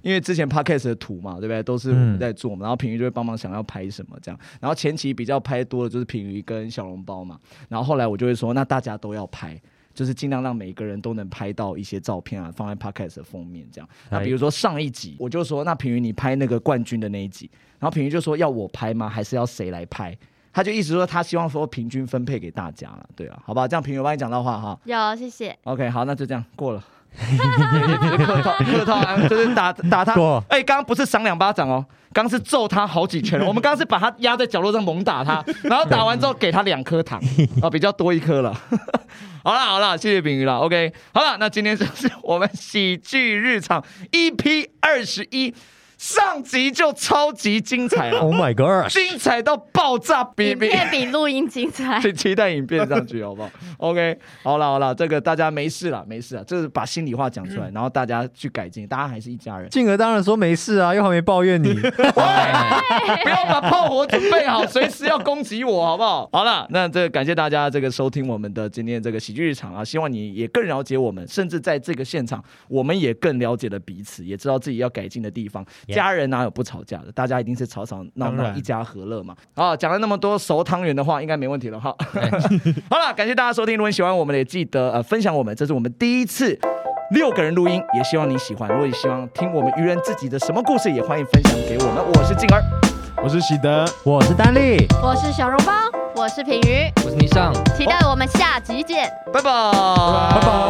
Speaker 1: 因为之前 podcast 的图嘛，对不对？都是我们在做嘛，然后平鱼就会帮忙想要拍什么这样。然后前期比较拍多的就是平鱼跟小笼包嘛，然后后来我就会说，那大家都要拍，就是尽量让每个人都能拍到一些照片啊，放在 podcast 的封面这样。那比如说上一集，我就说，那平鱼你拍那个冠军的那一集，然后平鱼就说要我拍吗？还是要谁来拍？他就意思说他希望说平均分配给大家了，对啊，好吧，这样平鱼我帮你讲到话哈。
Speaker 4: 有
Speaker 1: [LAUGHS]
Speaker 4: 谢谢。
Speaker 1: OK，好，那就这样过了。客套客套啊，就是打打他
Speaker 2: 过。
Speaker 1: 哎、刚刚不是赏两巴掌哦，刚刚是揍他好几 [LAUGHS] 拳。我们刚刚是把他压在角落上猛打他，然后打完之后给他两颗糖，哦，比较多一颗了。 [LAUGHS] 好啦好啦，谢谢炳瑜啦。OK，好啦，那今天就是我们喜剧日常 EP 二十一，上集就超级精彩了，
Speaker 2: Oh my god！。
Speaker 1: 精彩到爆炸，比
Speaker 4: 影
Speaker 1: 比
Speaker 4: 片比录音
Speaker 1: [LAUGHS]
Speaker 4: 精彩。
Speaker 1: 请期待影片上去，好不 [LAUGHS] 好？OK，好了好了，这个大家没事了，没事了，就是把心里话讲出来，然后大家去改进，大家还是一家人
Speaker 2: 静儿当然说没事啊，又还没抱怨你。
Speaker 1: [LAUGHS] 不要把炮火准备好，随时要攻击我，好不 [LAUGHS] 好？好了，那这个感谢大家这个收听我们的今天这个喜剧日常啊，希望你也更了解我们，甚至在这个现场，我们也更了解了彼此，也知道自己要改进的地方。
Speaker 2: Yeah
Speaker 1: 家人啊哪有不吵架的？大家一定是吵吵闹
Speaker 5: 当
Speaker 1: 闹，
Speaker 5: 然
Speaker 1: 一家和乐嘛。啊，讲了那么多熟汤圆的话，应该没问题了哈。 [LAUGHS] 好了，感谢大家收听，如果你喜欢我们的，也记得呃分享我们，这是我们第一次。六个人录音，也希望你喜欢。如果你希望听我们愚人自己的什么故事，也欢迎分享给我们。我是静儿，
Speaker 5: 我是喜德，
Speaker 2: 我是丹丽，
Speaker 3: 我是小笼包。
Speaker 4: 我是品瑜，
Speaker 6: 我是霓裳。
Speaker 4: 期待我们下集见。
Speaker 1: 拜拜，拜拜。